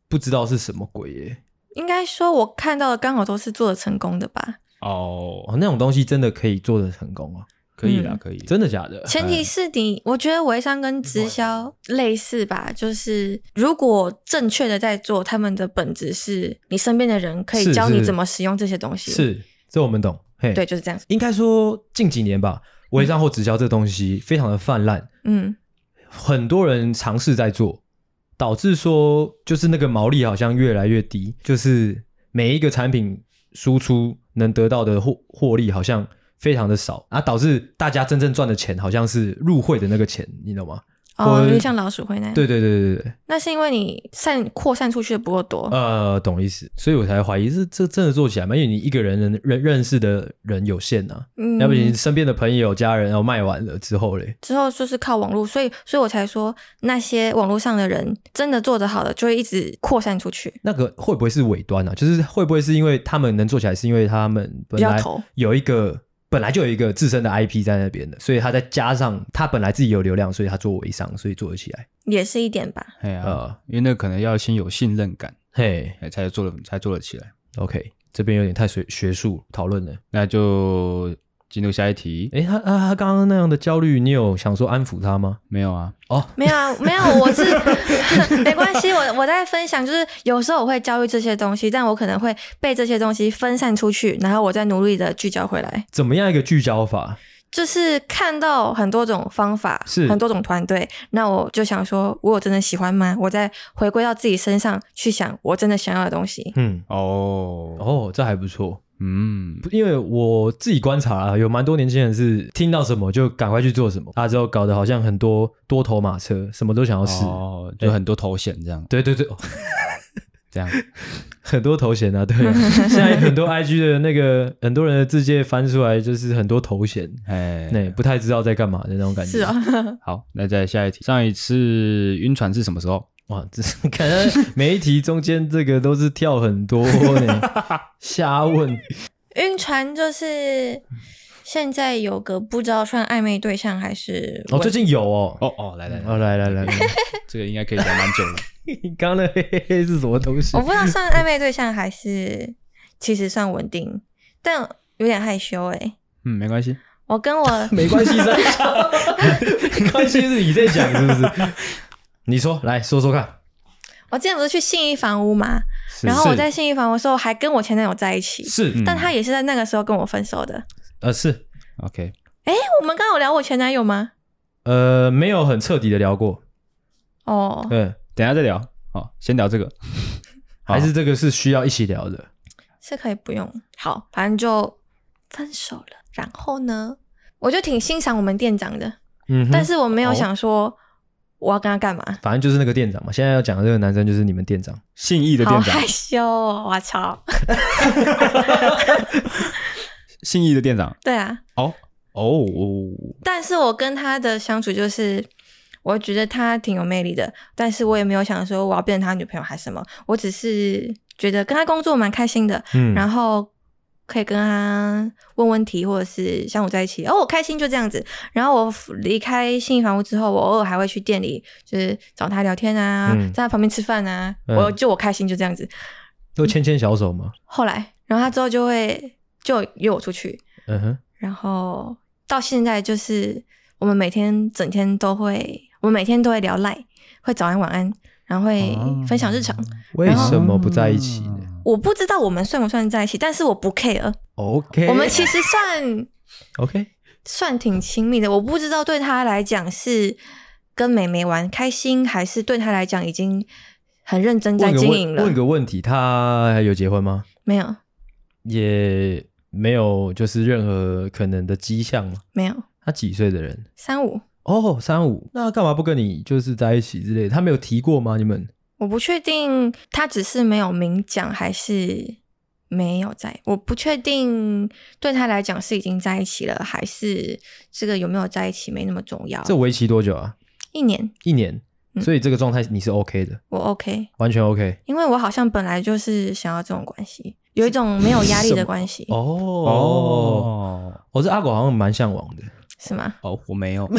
不知道是什么鬼耶。应该说我看到的刚好都是做的成功的吧。哦，哦，那种东西真的可以做的成功啊？可以啦，嗯可以。真的假的？哎前提是你，我觉得微商跟直销嗯类似吧，就是如果正确的在做，他们的本质是你身边的人可以是教是你怎么使用这些东西。，是，这我们懂。嘿，对，，就是这样子。应该说近几年吧，微商或直销这东西非常的泛滥，嗯，很多人尝试在做，导致说就是那个毛利好像越来越低，就是每一个产品输出能得到的获获利好像非常的少啊，导致大家真正赚的钱好像是入会的那个钱，你懂吗？哦，我有点像老鼠会那样。对，对对对对对，那是因为你散扩散出去的不够多。呃，懂意思，所以我才怀疑这这真的做起来吗？因为你一个人能认认识的人有限呐、嗯，要不然你身边的朋友、家人，然后卖完了之后嘞，之后就是靠网络，所以所以我才说那些网络上的人真的做得好的，就会一直扩散出去。那个会不会是尾端啊？就是会不会是因为他们能做起来，是因为他们本比来较投有一个本来就有一个自身的 IP 在那边的，所以他再加上他本来自己有流量，所以他做微商，所以做得起来。也是一点吧，哎呀、呃因为那可能要先有信任感，嘿哎，才做得才做得起来。 ，OK，这边有点太学学术讨论了。那就进入下一题。诶，他啊他刚刚那样的焦虑，你有想说安抚他吗？没有啊，哦没有啊， 没有，我是没关系，我我在分享，就是有时候我会焦虑这些东西，但我可能会被这些东西分散出去，然后我再努力的聚焦回来。怎么样一个聚焦法？就是看到很多种方法，是很多种团队，那我就想说，我有真的喜欢吗？我再回归到自己身上去想，我真的想要的东西。嗯，哦，哦，这还不错，嗯，因为我自己观察啊，有蛮多年轻人是听到什么就赶快去做什么，啊，之后搞得好像很多多头马车，什么都想要试。哦，就很多头衔这样，对对对， 哦 这样，很多头衔啊，对啊， 现在很多 IG 的那个很多人的字界翻出来，就是很多头衔，哎，那、不太知道在干嘛的那种感觉。是哦，好，那再下一题。上一次晕船是什么时候？哇， 这是感觉每一题中间这个都是跳 很多呢，瞎问。晕船就是现在有个不知道算暧昧对象还是哦，最近有哦，哦哦，来来哦来来来来，这个应该可以聊蛮久的。你 刚刚那嘿嘿嘿是什么东西我？不知道算暧昧对象还是其实算稳定，但有点害羞哎、 嗯，没关系。我跟我 没关系，在讲，没关系是你在讲是不 是？你说来说说看，我之前不是去信义房屋嘛，是然后我是在信义房屋的时候还跟我前男友在一起，是嗯但他也是在那个时候跟我分手的。呃是 OK，我们刚刚有聊我前男友吗？呃没有很彻底的聊过，嗯哦，对，等一下再聊。好，先聊这个。好还是这个是需要一起聊的。是可以不用。好，反正就分手了。然后呢，我就挺欣赏我们店长的，嗯哼，但是我没有哦想说我要跟他干嘛，反正就是那个店长嘛。现在要讲的这个男生就是你们店长，信义的好店长害，羞哦！我操， 信义的店长。对啊，哦哦哦，但是我跟他的相处就是，我觉得他挺有魅力的，但是我也没有想说我要变成他女朋友还是什么，我只是觉得跟他工作蛮开心的，嗯，然后可以跟他问问题，或者是相处在一起，哦，我开心就这样子。然后我离开信义房屋之后，我偶尔还会去店里，就是找他聊天啊，嗯在他旁边吃饭啊，嗯我就我开心就这样子。都牵牵小手嘛。后来，然后他之后就会就约我出去，嗯哼，然后到现在就是我们每天整天都会，我们每天都会聊赖，会早安晚安，然后会哦分享日常。为什么不在一起呢我不知道我们算不算在一起，但是我不 care。 ？OK，我们其实算 OK，算挺亲密的，我不知道对他来讲是跟美眉玩开心，还是对他来讲已经很认真在问个经营问问了。个问题，他还有结婚吗？没有，也没有，就是任何可能的迹象吗？没有，他几岁的人？三五，哦，三五，那干嘛不跟你就是在一起之类的？他没有提过吗？你们我不确定他只是没有明讲，还是没有在，我不确定对他来讲是已经在一起了，还是这个有没有在一起没那么重要。这为期多久啊？一年一年，嗯所以这个状态你是 OK 的，我 OK，完全 OK。因为我好像本来就是想要这种关系，有一种没有压力什么的关系，哦哦，哦我、这阿狗好像蛮向往的。是吗？哦，我没有。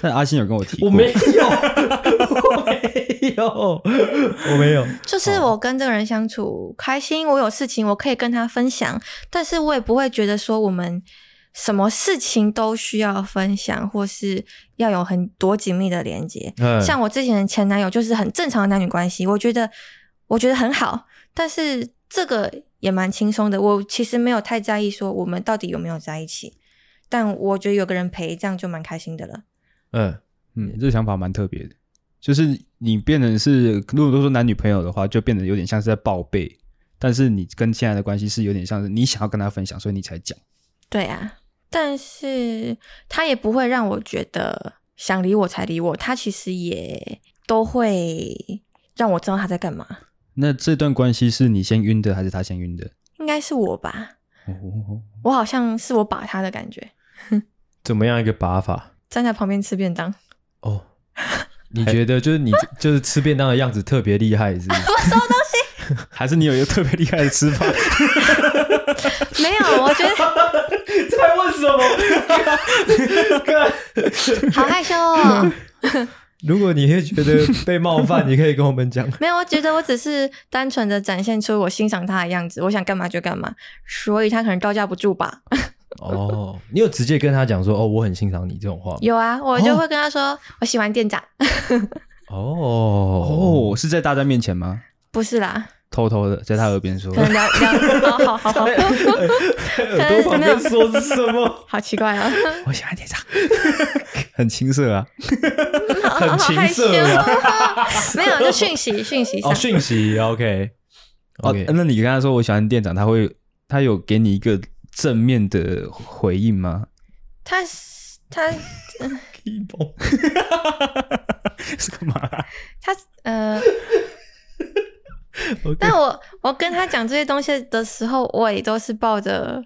但阿星有跟我提过，我没有， 我没有，我没有。就是我跟这个人相处开心，我有事情我可以跟他分享，但是我也不会觉得说我们什么事情都需要分享，或是要有很多紧密的连接。嗯像我之前的前男友就是很正常的男女关系，我觉得我觉得很好，但是这个也蛮轻松的。我其实没有太在意说我们到底有没有在一起，但我觉得有个人陪，这样就蛮开心的了。嗯，嗯，这个想法蛮特别的，就是你变成是，如果说男女朋友的话，就变得有点像是在报备，但是你跟现在的关系是有点像是你想要跟他分享，所以你才讲。对啊，但是他也不会让我觉得想理我才理我，他其实也都会让我知道他在干嘛，那这段关系是你先晕的，还是他先晕的？应该是我吧，哦，我好像是我把他的感觉，怎么样一个把法？站在旁边吃便 当，哦， 你觉得就是你就是吃便当的样子特别厉害，是不 是？还是你有一个特别厉害的吃 法？ 没有，我觉得 在问什么？ 好害羞哦，如果你会觉得被冒犯，你可以跟我们讲。 没有，我觉得我只是单纯的展现出我欣赏他的样子，我想干嘛就干嘛，所以他可能招架不住吧。 哦，你有直接跟他讲说哦，我很欣赏你这种话吗？有啊，我就会跟他说、我喜欢店长，哦 哦，是在大家面前吗？不是啦，偷偷的在他耳边说可，能聊聊，哦好好好好，耳朵旁边说是什 么？好奇怪啊、哦。我喜欢店长， 很青涩啊。很情色啊啊！ 没有，就讯息讯息上哦，，讯息 OK 哦 OK，，那你跟他说我喜欢店长，他会他有给你一个正面的回应吗？他是他是干嘛？他 呃 OK 但我我跟他讲这些东西的时候，我也都是抱着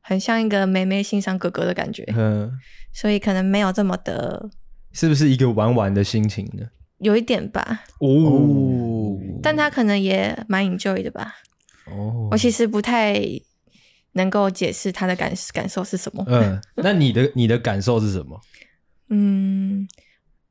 很像一个妹妹欣赏哥哥的感觉，嗯，所以可能没有这么的是不是一个玩玩的心情呢？有一点吧，哦哦嗯但他可能也蛮 enjoy 的吧。哦我其实不太能够解释他的感感受是什么。嗯，那你的你的感受是什么？嗯，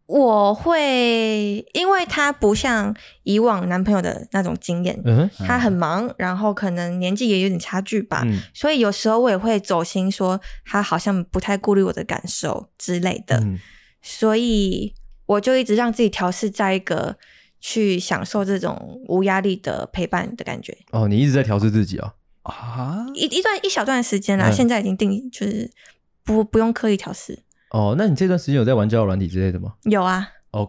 我会，因为他不像以往男朋友的那种经验，嗯哼，他很忙，然后可能年纪也有点差距吧，嗯所以有时候我也会走心，说他好像不太顾虑我的感受之类的，嗯所以我就一直让自己调试在一个去享受这种无压力的陪伴的感觉，哦，你一直在调试自己哦。啊，一一段一小段时间啦，嗯现在已经定就是不不用刻意调试，哦，那你这段时间有在玩交友软体之类的吗有啊，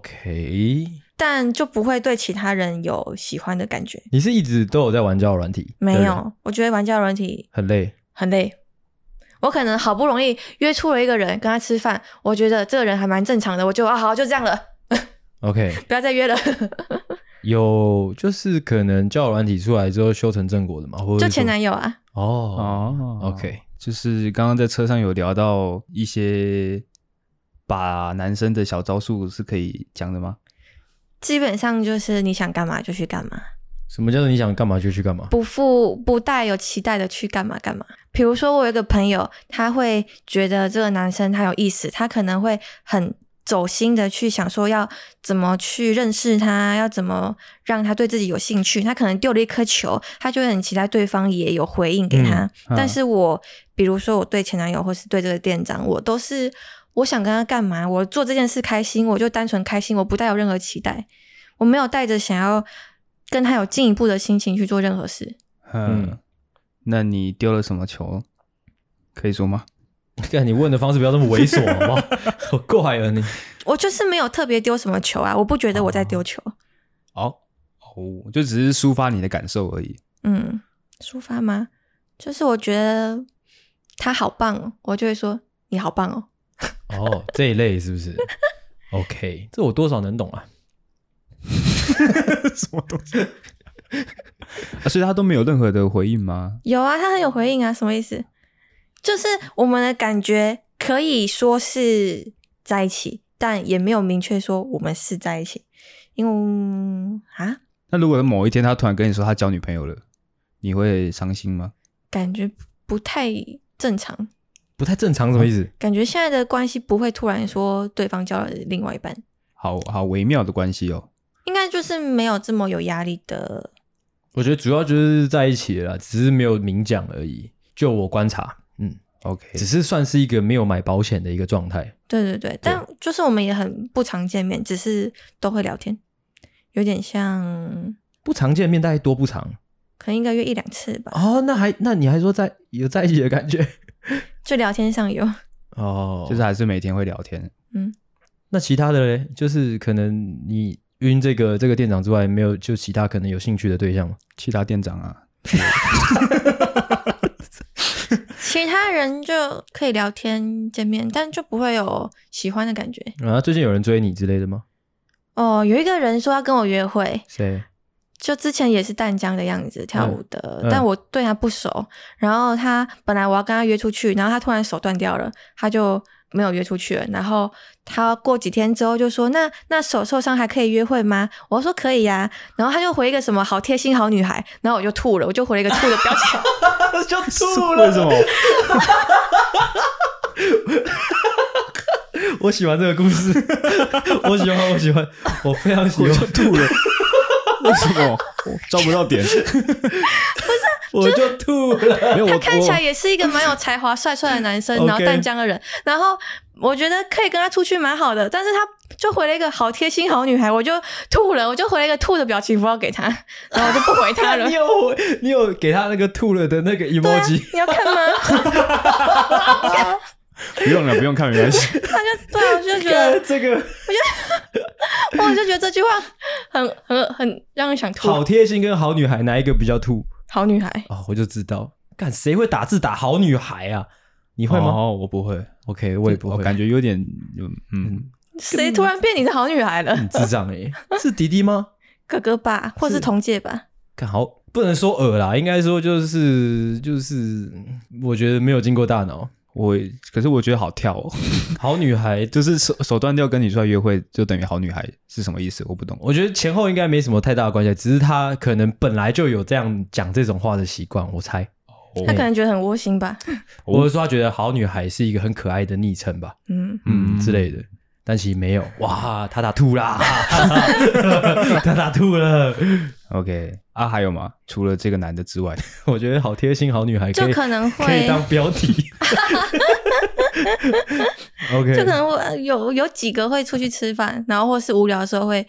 ？OK，但就不会对其他人有喜欢的感觉。你是一直都有在玩交友软体？没对不对，有，我觉得玩交友软体很累。很累。我可能好不容易约出了一个人跟他吃饭，我觉得这个人还蛮正常的，我就啊好就这样了， OK，不要再约了，有就是可能交友软体出来之后修成正果的嘛，或者 就是说前男友啊。哦哦 OK 就是刚刚在车上有聊到一些把男生的小招数是可以讲的吗？基本上就是你想干嘛就去干嘛，什么叫做你想干嘛就去干嘛？ 不负不带有期待的去干嘛干嘛。比如说，我有一个朋友，他会觉得这个男生他有意思，他可能会很走心的去想说要怎么去认识他，要怎么让他对自己有兴趣。他可能丢了一颗球，他就会很期待对方也有回应给他。嗯但是我，比如说我对前男友或是对这个店长，我都是我想跟他干嘛，我做这件事开心，我就单纯开心，我不带有任何期待，我没有带着想要跟他有进一步的心情去做任何事。嗯嗯，那你丢了什么球？可以说吗？看你问的方式不要这么猥琐好不好？ 好怪啊你！我就是没有特别丢什么球啊，我不觉得我在丢球。哦哦，就只是抒发你的感受而已。嗯，抒发吗？就是我觉得他好棒哦，我就会说你好棒哦。哦，这一类是不是？OK，这我多少能懂啊。什么东西？啊、所以他都没有任何的回应吗？有啊，他很有回应啊，什么意思？就是我们的感觉可以说是在一起，但也没有明确说我们是在一起，因为嗯啊，那如果某一天他突然跟你说他交女朋友了，你会伤心吗？感觉不太正常。不太正常什么意思？感觉现在的关系不会突然说对方交了另外一半，好好微妙的关系哦。应该就是没有这么有压力的我觉得主要就是在一起了啦，只是没有明讲而已。就我观察，嗯， OK，只是算是一个没有买保险的一个状态。对对对，但就是我们也很不常见面，只是都会聊天，有点像不常见面，大概多不长可能一个月一两次吧，哦。那还那你还说在有在一起的感觉就聊天上有。 哦，就是还是每天会聊天。那其他的嘞，就是可能你晕这个这个店长之外，没有就其他可能有兴趣的对象吗？其他店长啊，其他人就可以聊天见面，但就不会有喜欢的感觉。啊，最近有人追你之类的吗？哦，有一个人说要跟我约会， 谁？就之前也是淡江的样子跳舞的，嗯但我对他不熟。然后他本来我要跟他约出去，然后他突然手断掉了，他就没有约出去了。然后他过几天之后就说：“那那手受伤还可以约会吗？”我说：“可以呀、然后他就回一个什么“好贴心好女孩”，然后我就吐了，我就回了一个吐的表情。就吐 为 什么？我喜欢这个故 事，我喜欢，我喜欢，我非常喜欢。吐了。为什么我抓不到点？我就吐了。没有我他看起来我也是一个蛮有才华、帅帅的男生 ，OK 然后淡江的人，然后我觉得可以跟他出去蛮好的，但是他就回了一个好贴心、好女孩，我就吐了，我就回了一个吐的表情符号 给他，然后我就不回他了你。有你有给他那个吐了的那个 emoji，、 你要看吗？不用了，不用看，没关系。他就对啊，我就觉看得， 这个我就觉得这句话很很很让人想吐。好好贴心跟好女孩哪一个比较吐女孩，哦？我就知道，干谁会打字打好女孩啊？你你会吗、哦，我不 会，哦 o k 我也不会，感觉有点，嗯，谁突然变你的好女孩了？很智障哎、是迪迪吗？哥哥吧，或是是同届吧？干好，不能说耳啦，应该说就是就是，我觉得没有经过大脑。我可是我觉得好跳哦，好女孩，就是手手断掉跟你出来约会，就等于好女孩是什么意思？我不懂。我觉得前后应该没什么太大的关系，只是他可能本来就有这样讲这种话的习惯，我猜。哦他可能觉得很窝心吧。我是说他觉得好女孩是一个很可爱的昵称吧，嗯，嗯嗯之类的。但其实没有，哇，他打吐 啦，他打吐了。 OK 啊，还有吗？除了这个男的之外， 我觉得好贴心，好女孩可以就可能会可以当标 题。OK，就可能我有有几个会出去吃饭，然后或是无聊的时候会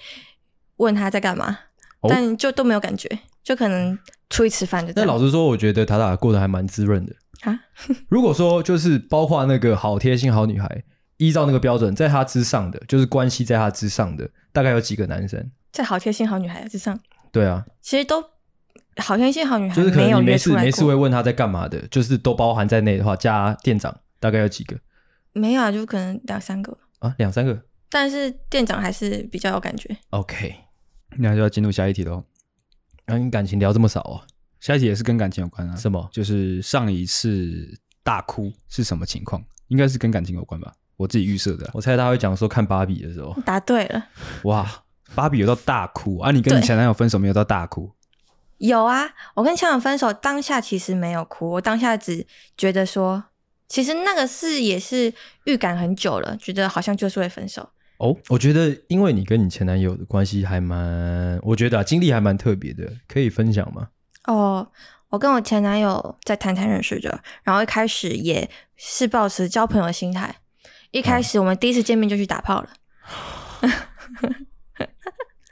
问他在干嘛，哦但就都没有感觉，就可能出去吃饭就这那样。老实说，我觉得塔塔过得还蛮滋润的。啊，如果说就是包括那个好贴心好女孩，依照那个标准，在她之上的，就是关系在她之上的，大概有几个男生？在好贴心好女孩之上，对啊，其实都好贴心好女孩就是可没能有你约呃没事出来没事过，会问她在干嘛的，就是都包含在内的话，加店长大概有几个没有啊，就可能两三个，啊？两三个但是店长还是比较有感觉。 ？OK，那就要进入下一题喽。那、你感情聊这么少啊？下一题也是跟感情有关啊，什么？就是上一次大哭是什么情况？应该是跟感情有关吧，我自己预设的啊、我猜他会讲说看芭比的时候， 答对了，哇，芭比有到大哭啊！你跟你对前男友分手没有到大哭？有啊，我跟强友分手当下其实没有哭，我当下只觉得说，其实那个事也是预感很久了，觉得好像就是会分手。哦，我觉得因为你跟你前男友的关系还蛮，我觉得、啊、经历还蛮特别的，可以分享吗？哦，我跟我前男友在谈谈认识的，然后一开始也是抱持交朋友的心态。一嗯开始我们第一次见面就去打炮了，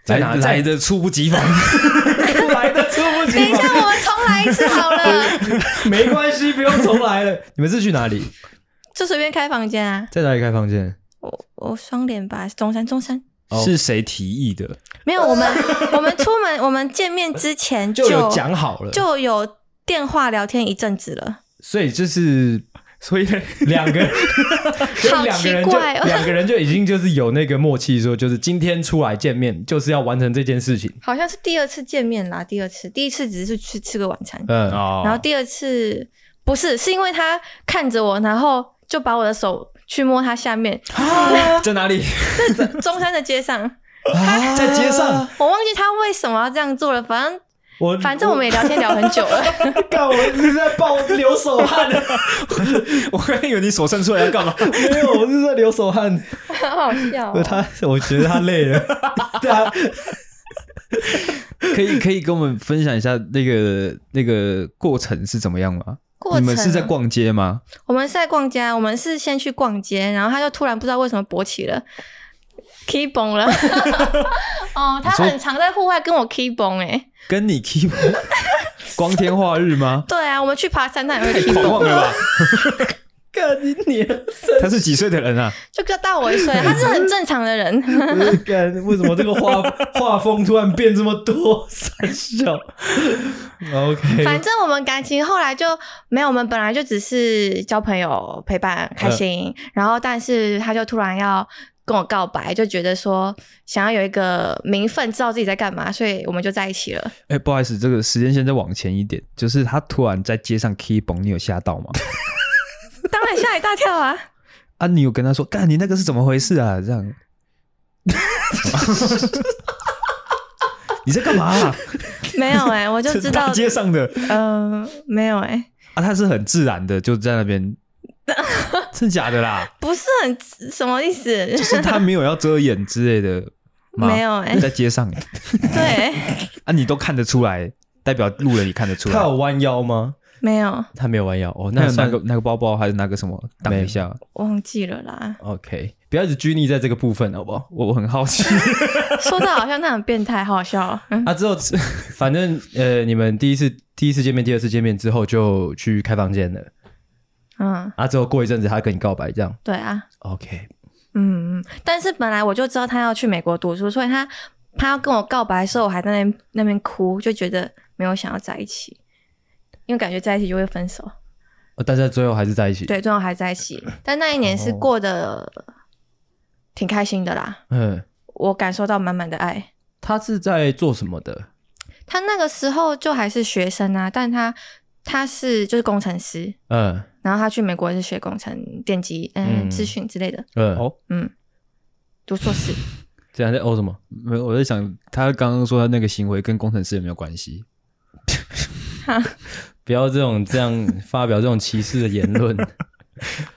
在哪来在来的猝不及防， 来的猝不等一下我们重来一次好了， 没关系，不用重来了。 你们是去哪里？就随便开房间啊。在哪里开房间？我我双脸吧，中山中山哦是谁提议的？没有我们我们出门我们见面之前就有讲好了，就有电话聊天一阵子了，所以就是所以两 个，就两个人就好奇怪哦两个人就已经就是有那个默契，说就是今天出来见面就是要完成这件事情。好像是第二次见面啦，第二次第一次只是去吃个晚餐，嗯，哦，然后第二次不是，是因为他看着我，然后就把我的手去摸他下 面，在哪里？在中山的街上， 在街上，我忘记他为什么要这样做了，反正我反正我们也聊天聊很久了， 我干，我是在爆流手 汗的，我刚以为你手伸出来要干嘛？没有，我是在流手汗。好好笑、哦。他，我觉得他累 了，啊他可以可以跟我们分享一下那个那个过程是怎么样吗？过程啊你们是在，逛街吗？我们是在逛街啊，我们是先去逛街，然后他就突然不知道为什么勃起了。key 崩 了，哦，他很常在户外跟我 key 崩哎，跟你 keep 光天化日吗？对 啊，我们去爬山他也会 key 太狂崩，妄了吧！干你娘！他是几岁的人啊？就大我一岁，他是很正常的人，干，为什么这个画画风突然变这么多？ 三笑。OK，反正我们感情后来就没有，我们本来就只是交朋友、陪伴、嗯开心，然后但是他就突然要跟我告白，就觉得说想要有一个名分，知道自己在干嘛，所以我们就在一起了。哎、不好意思，这个时间线再往前一点，就是他突然在街上 keep 你有吓到吗？当然吓一大跳啊！啊，你有跟他说，干你那个是怎么回事啊？这样，你在干嘛、啊？没有哎、我就 知道大，街上的嗯、没有哎、啊，他是很自然的就在 那边，是假的啦，不是很什么意思？就是他没有要遮掩之类的吗，没有哎在街上对，啊，你都看得出来，代表路人也看得出他来有。弯腰吗？没有，他没有弯腰哦，那那有拿算个拿个包包还是拿个什么挡一下？忘记了啦。 OK，不要一直拘泥在这个部分，好不好？我我很好 奇，说到好像他很变态，好好笑、哦。嗯啊，之 后反正呃，你们第一次第一次见面，第二次见面之后就去开房间了。嗯，啊，之后过一阵子他跟你告白，这样对啊。 OK，嗯，嗯，但是本来我就知道他要去美国读书，所以他他要跟我告白的时候，我还在那那边哭，就觉得没有想要在一起，因为感觉在一起就会分手。哦但是最后还是在一起。，对，最后还在一起，但那一年是过得挺开心的啦，嗯，我感受到满满的爱。他是在做什么的？他那个时候就还是学生啊，但他他是就是工程师，嗯然后他去美国是学工程、电机、嗯嗯资讯之类的，嗯，哦嗯，读硕士。这样在哦什么？没有，我在想他刚刚说他那个行为跟工程师有没有关系？他。不要这种这样发表这种歧视的言 论。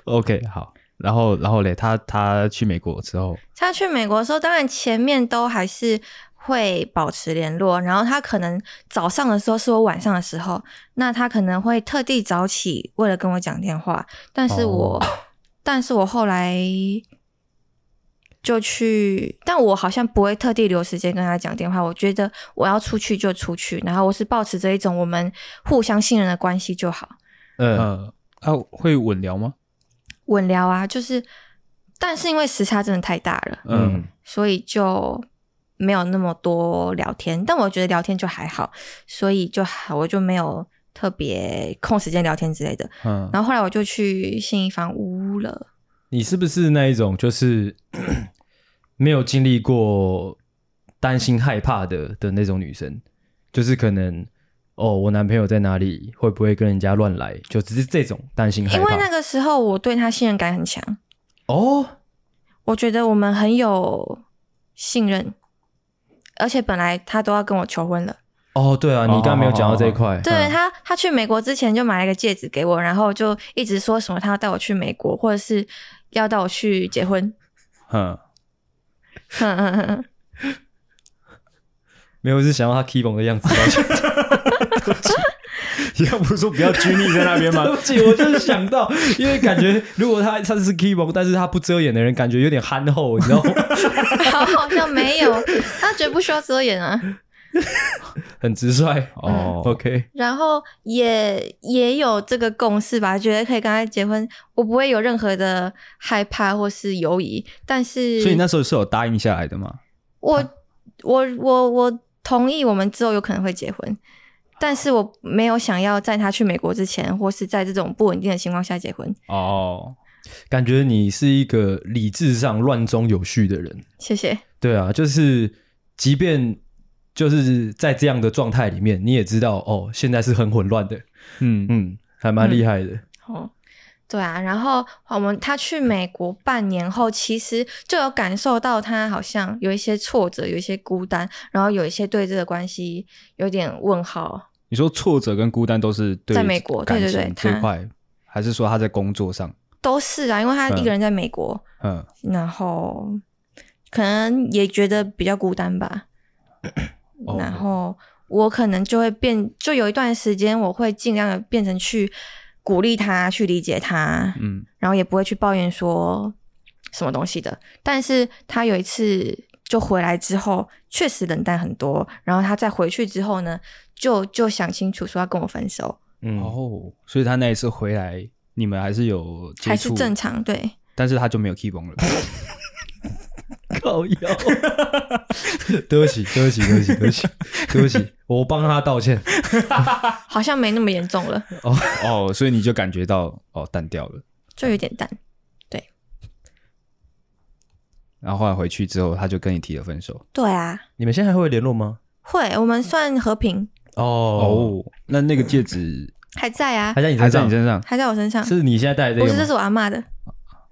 OK，好，然后然后嘞，他他去美国之后，他去美国的时候，当然前面都还是会保持联络，然后他可能早上的时候是我晚上的时候，那他可能会特地早起为了跟我讲电话，但是我，但是我后来就去，但我好像不会特地留时间跟他讲电话，我觉得我要出去就出去，然后我是保持着一种我们互相信任的关系就好。嗯、嗯，呃、啊，会稳聊吗？稳聊啊，就是，但是因为时差真的太大了，嗯嗯，所以就没有那么多聊天。但我觉得聊天就还好，所以就好，我就没有特别空时间聊天之类的。嗯，然后后来我就去信义房屋了，你是不是那一种就是 没有经历过担心害怕的的那种女生？就是可能哦，我男朋友在哪里，会不会跟人家乱来？就只是这种担心害因为怕。那个时候我对他信任感很强，哦，我觉得我们很有信任，而且本来他都要跟我求婚了。哦，对啊，你刚刚没有讲到这一块。对嗯他，他去美国之前就买了一个戒指给我，然后就一直说什么他要带我去美国，或者是要带我去结婚。 嗯，哼哼哼哼没有，我是想要他 keyboard 的样 子。要不说不要拘泥在那对边 吗？不起，我就是想到，因为感觉如果他他是 keyboard，但是他不遮掩的人，感觉有点憨厚，你知道吗？好好像没有，他绝不需要遮掩啊。很直率。哦、 OK，然后也也有这个共识吧，觉得可以跟他结婚，我不会有任何的害怕或是犹疑。但是，所以那时啊候是有答应下来的嘛？我我我我同意，我们之后有可能会结婚，但是我没有想要在他去美国之前，或是在这种不稳定的情况下结婚。哦，感觉你是一个理智上乱中有序的人。谢谢。对啊，就是即便就是在这样的状态里面，你也知道哦，现在是很混乱的。嗯嗯嗯，还蛮厉害的。哦，对啊，然后我们他去美国半年后，其实就有感受到他好像有一些挫折，有一些孤单，然后有一些对这个关系有点问号。你说挫折跟孤单都是对在美国感对对对情这他一块，还是说他在工作上？都是啊，因为他一个人在美国，嗯，然后可能也觉得比较孤单吧。哦然后我可能就会变，就有一段时间我会尽量的变成去鼓励他，去理解他，嗯，然后也不会去抱怨说什么东西的。但是他有一次就回来之后，确实冷淡很多。然后他再回去之后呢，就就想清楚说要跟我分手，嗯，哦，所以他那一次回来，你们还是有接还是触正，常对。但是他就没有 keep on 了。靠腰， 对不起，对不起，对不起，对不起，对不起，我帮他道歉。好像没那么严重了， 哦，所以你就感觉到哦淡掉了。就有点淡。然后后来回去之后，他就跟你提了分手。对啊，你们现在还会联络吗？会，我们算和平，哦，，哎那那个戒指还在啊还，在你还身在上你，身上？还在我身上。是你现在戴的不这是，这个吗是我阿嬷的，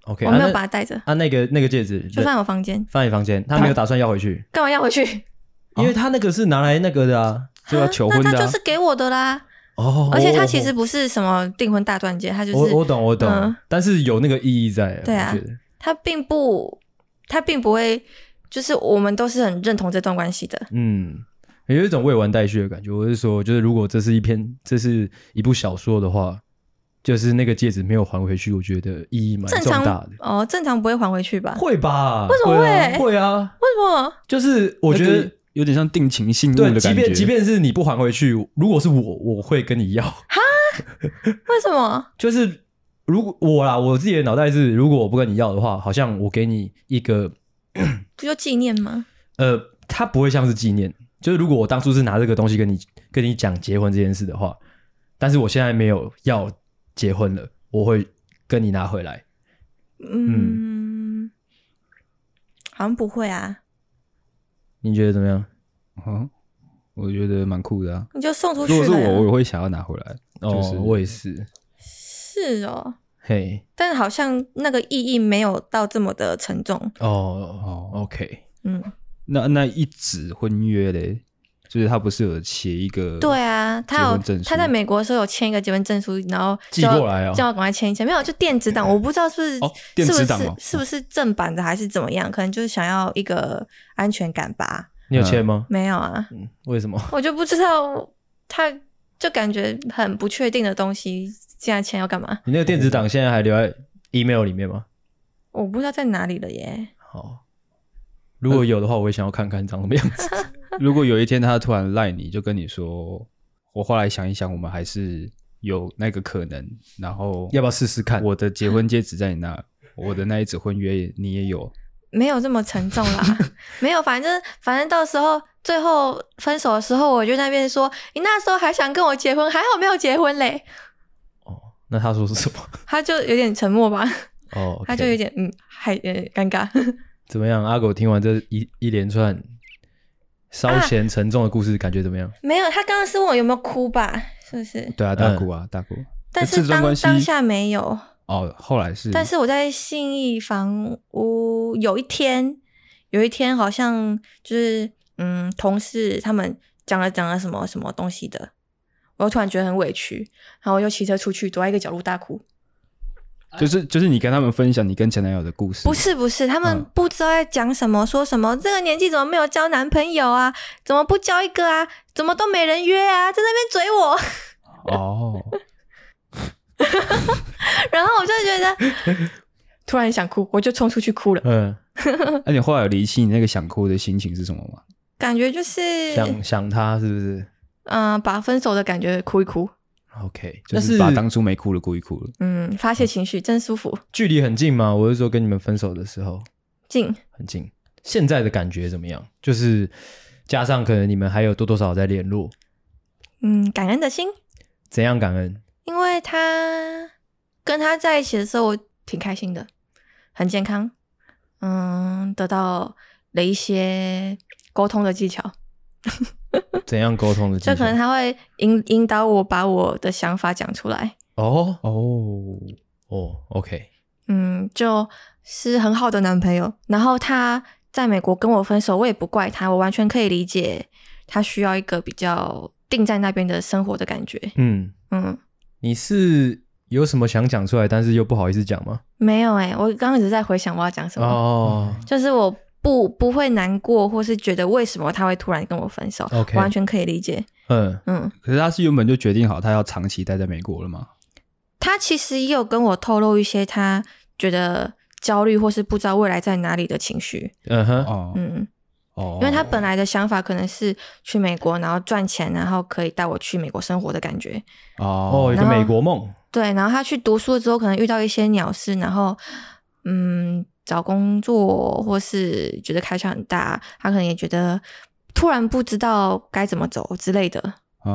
？OK，我啊没有那把它带着，啊，那个那个戒指就放在我房间。放在你房间，他没有打算要回去，干嘛要回去？因为他那个是拿来那个的啊。就要求婚那的他啊就是给我的啦。哦，而且他我其实不是什么订婚大钻戒，他就我是我懂我懂嗯，但是有那个意义在。对啊我觉得他并不，他并不会，就是我们都是很认同这段关系的。嗯，有一种未完待续的感觉。我是说，就是如果这是一篇，这是一部小说的话，就是那个戒指没有还回去，我觉得意义蛮正重常大的。哦，正常不会还回去吧？会为吧？为什么啊会会啊，什么？就是我觉那得个。有点像定情信物的对，感觉。即便即便是你不还回去，如果是我，我会跟你要。 为什么？就是如果我啦，我自己的脑袋是，如果我不跟你要的话，好像我给你一个不就纪念吗？呃，它不会像是纪念。就是如果我当初是拿这个东西跟你跟你讲结婚这件事的话，但是我现在没有要结婚了，我会跟你拿回来。嗯，好像不会啊。你觉得怎么样？嗯，我觉得蛮酷的啊。你就送出去如果是了呀。我，我也会想要拿回来。就是哦，我也是。是哦，嘿，但好像那个意义没有到这么的沉重。哦哦哦哦，OK，嗯，那那一纸婚约嘞，就是他不是有写一个对啊，他有结婚证书他在美国的时候有签一个结婚证书，然后寄就要过来哦叫我赶快签一签。没有，就电 子档，我不知道是不哦是电是不子是档哦是不是正版的还是怎么样，可能就是想要一个安全感吧。你有签吗？没有啊，嗯，为什么？我就不知道，他就感觉很不确定的东西，现在签要干嘛？你那个电子档现在还留在 email 里面吗？我不知道在哪里了耶。好，如果有的话，我也想要看看长什么样 子。如果有一天他突然赖你，就跟你说，我后来想一想，我们还是有那个可能，然后要不要试试看我的结婚戒指在你那，我的那一纸婚约也你也有，没有这么沉重 啦，没有，反正反正到时候最后分手的时候，我就在那边说，你那时候还想跟我结婚，还好没有结婚嘞。哦，那他说是什么？他就有点沉默吧，哦 o 他就有点嗯，还呃尴尬。怎么样？阿狗听完这一一连啊串稍显沉重的故事，感觉怎么样？ 没有，他刚刚是问我有没有哭吧，是不是？对啊，嗯大姑啊，大姑。但这是段当关系当下没有，哦，后来是，但是我在信义房屋有一天，有一天好像就是嗯，同事他们讲了讲了什么什么东西的，我突然觉得很委屈，然后我就骑车出去，躲在一个角落大哭。就是就是你跟他们分享你跟前男友的故事，不是不是，他们嗯不知道在讲什么，说什么这个年纪怎么没有交男朋友啊？怎么不交一个啊？怎么都没人约啊？在那边嘴我， 哦，然后我就觉得突然想哭，我就冲出去哭了，嗯，那、你后来有理清你那个想哭的心情是什么吗？感觉就是想想他是不是嗯、把分手的感觉哭一哭， ？OK，就但是是把当初没哭的故意哭了。嗯，发泄情绪真舒服。距离很近吗？我是说跟你们分手的时候进很近。现在的感觉怎么样？就是加上可能你们还有多多少少在联络，嗯，感恩的心，怎样感恩？因为他跟他在一起的时候，我挺开心的，很健康，嗯，得到了一些沟通的技巧。怎样沟通的技就巧？可能他会引引导我把我的想法讲出来，哦哦，哦，OK，嗯，就是很好的男朋友。然后他在美国跟我分手，我也不怪他，我完全可以理解他需要一个比较定在那边的生活的感觉。嗯，嗯，你是有什么想讲出来，但是又不好意思讲吗？没有欸诶、我刚刚一直在回想我要讲什么，哦就是我不不会难过，或是觉得为什么他会突然跟我分手 OK 完全可以理解。嗯，嗯，可是他是原本就决定好他要长期待在美国了吗？他其实也有跟我透露一些他觉得焦虑或是不知道未来在哪里的情绪。嗯哼，哦嗯。哦，因为他本来的想法可能是去美国，然后赚钱，然后可以带我去美国生活的感觉。哦，哦有个然后美国梦，对，然后他去读书之后，可能遇到一些鸟事，然后嗯，找工作或是觉得开销很大，他可能也觉得突然不知道该怎么走之类的。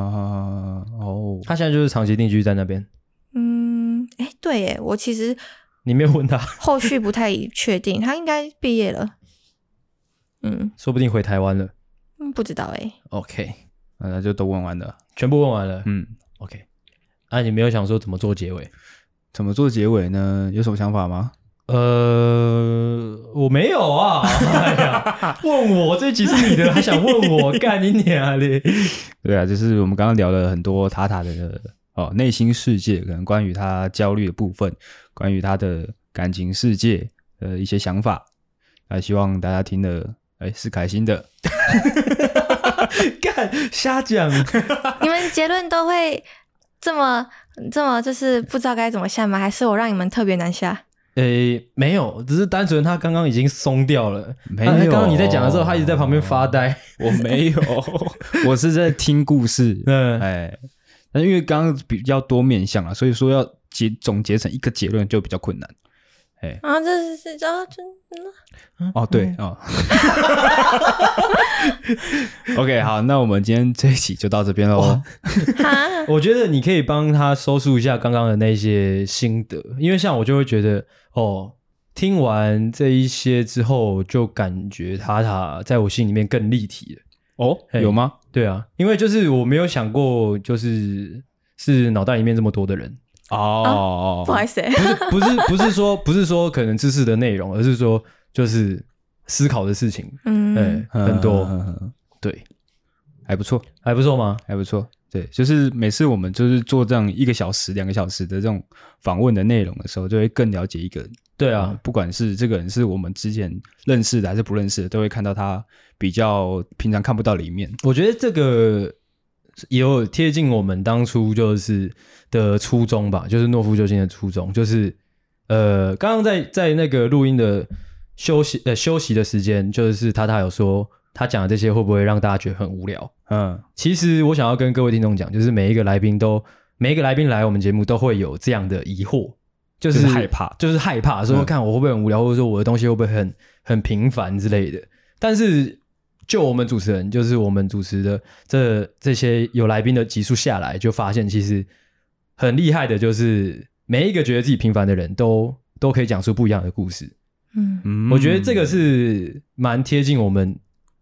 啊哦，他现在就是长期定居在那边。嗯，哎，对耶，我其实你没有问他，后续不太确定，他应该毕业了。嗯，说不定回台湾了。嗯不知道哎。 OK，那他就都问完了。全部问完了。嗯， OK，啊，你没有想说怎么做结尾？怎么做结尾呢？有什么想法吗？呃，我没有啊。 哎呀问我这集是你的，还想问我干你娘嘞？ 对啊，就是我们刚刚聊了很多塔塔的哦内心世界，可能关于他焦虑的部分，关于他的感情世界的一些想法。那希望大家听的哎是开心的。干瞎讲。你们结论都会这么这么就是不知道该怎么下吗？还是我让你们特别难下？ 诶，没有，只是单纯他刚刚已经松掉了。没他他有刚刚你在讲的时候，他一直在旁边发呆。 我没有， 我是在听故 事。嗯，哎，那因为刚刚比较多面向啊，所以说要结总结成一个结论就比较困难。啊，这是这这嗯哦，对 哦。OK，好，那我们今天这一期就到这边喽。哈，我觉得你可以帮他收束一下刚刚的那些心得，因为像我就会觉得，哦，听完这一些之后，就感觉塔塔在我心里面更立体了。哦，嘿有吗？对啊，因为就是我没有想过，就是是脑袋里面这么多的人，哦，不好意思、欸，不是不是不是说不是说可能知识的内容，而是说就是思考的事情，哎、 嗯，很多。嗯嗯嗯嗯对，还不错，还不错吗？还不错。对，就是每次我们就是做这样一个小时、两个小时的这种访问的内容的时候，就会更了解一个人。对啊，啊，不管是这个人是我们之前认识的还是不认识的，都会看到他比较平常看不到的一面。我觉得这个也有贴近我们当初就是的初衷吧，就是诺夫救星的初衷，就是呃，刚刚在在那个录音的休息呃休息的时间，就是他他有说他讲的这些会不会让大家觉得很无聊？嗯，其实我想要跟各位听众讲，就是每一个来宾都每一个来宾来我们节目都会有这样的疑惑，就是就是害怕就是害怕说嗯看我会不会很无聊，或者说我的东西会不会很很平凡之类的。但是就我们主持人，就是我们主持的这这些有来宾的集数下来，就发现其实很厉害的，就是每一个觉得自己平凡的人都都可以讲出不一样的故事。嗯，嗯我觉得这个，是蛮贴近我们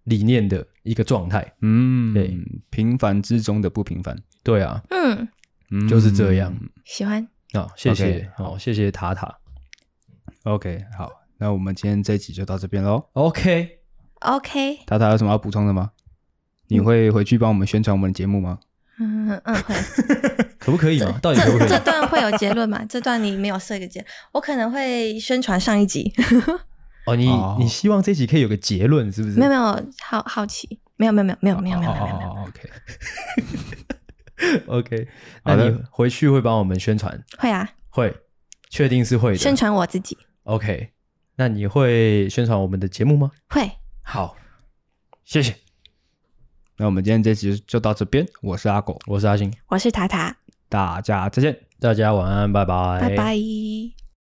理念的一个状态。嗯，对，平凡之中的不平凡，对啊，嗯，嗯就是这样。喜欢，啊、谢谢 OK，好、谢谢塔塔。 OK，好，那我们今天这一集就到这边喽。 OK， OK，塔塔有什么要补充的吗？你会回去帮我们宣传我们的节目吗？嗯嗯会，可不可以嘛？到底可不可这以这？段会有结论吗？这段你没有设一个结，我可能会宣传上一集，哦，你哦你希望这集可以有个结论，是不是？没有没有，好好奇，没有没有没有没有没有没有没有没有没有，哦，OK， OK，那好的你回去会帮我们宣传？会啊，会，确定是会的。宣传我自己， OK，那你会宣传我们的节目吗？会，好，谢谢。那我们今天这集就到这边，我是阿狗，我是阿星，我是塔塔，大家再见。大家晚安，拜拜，拜拜。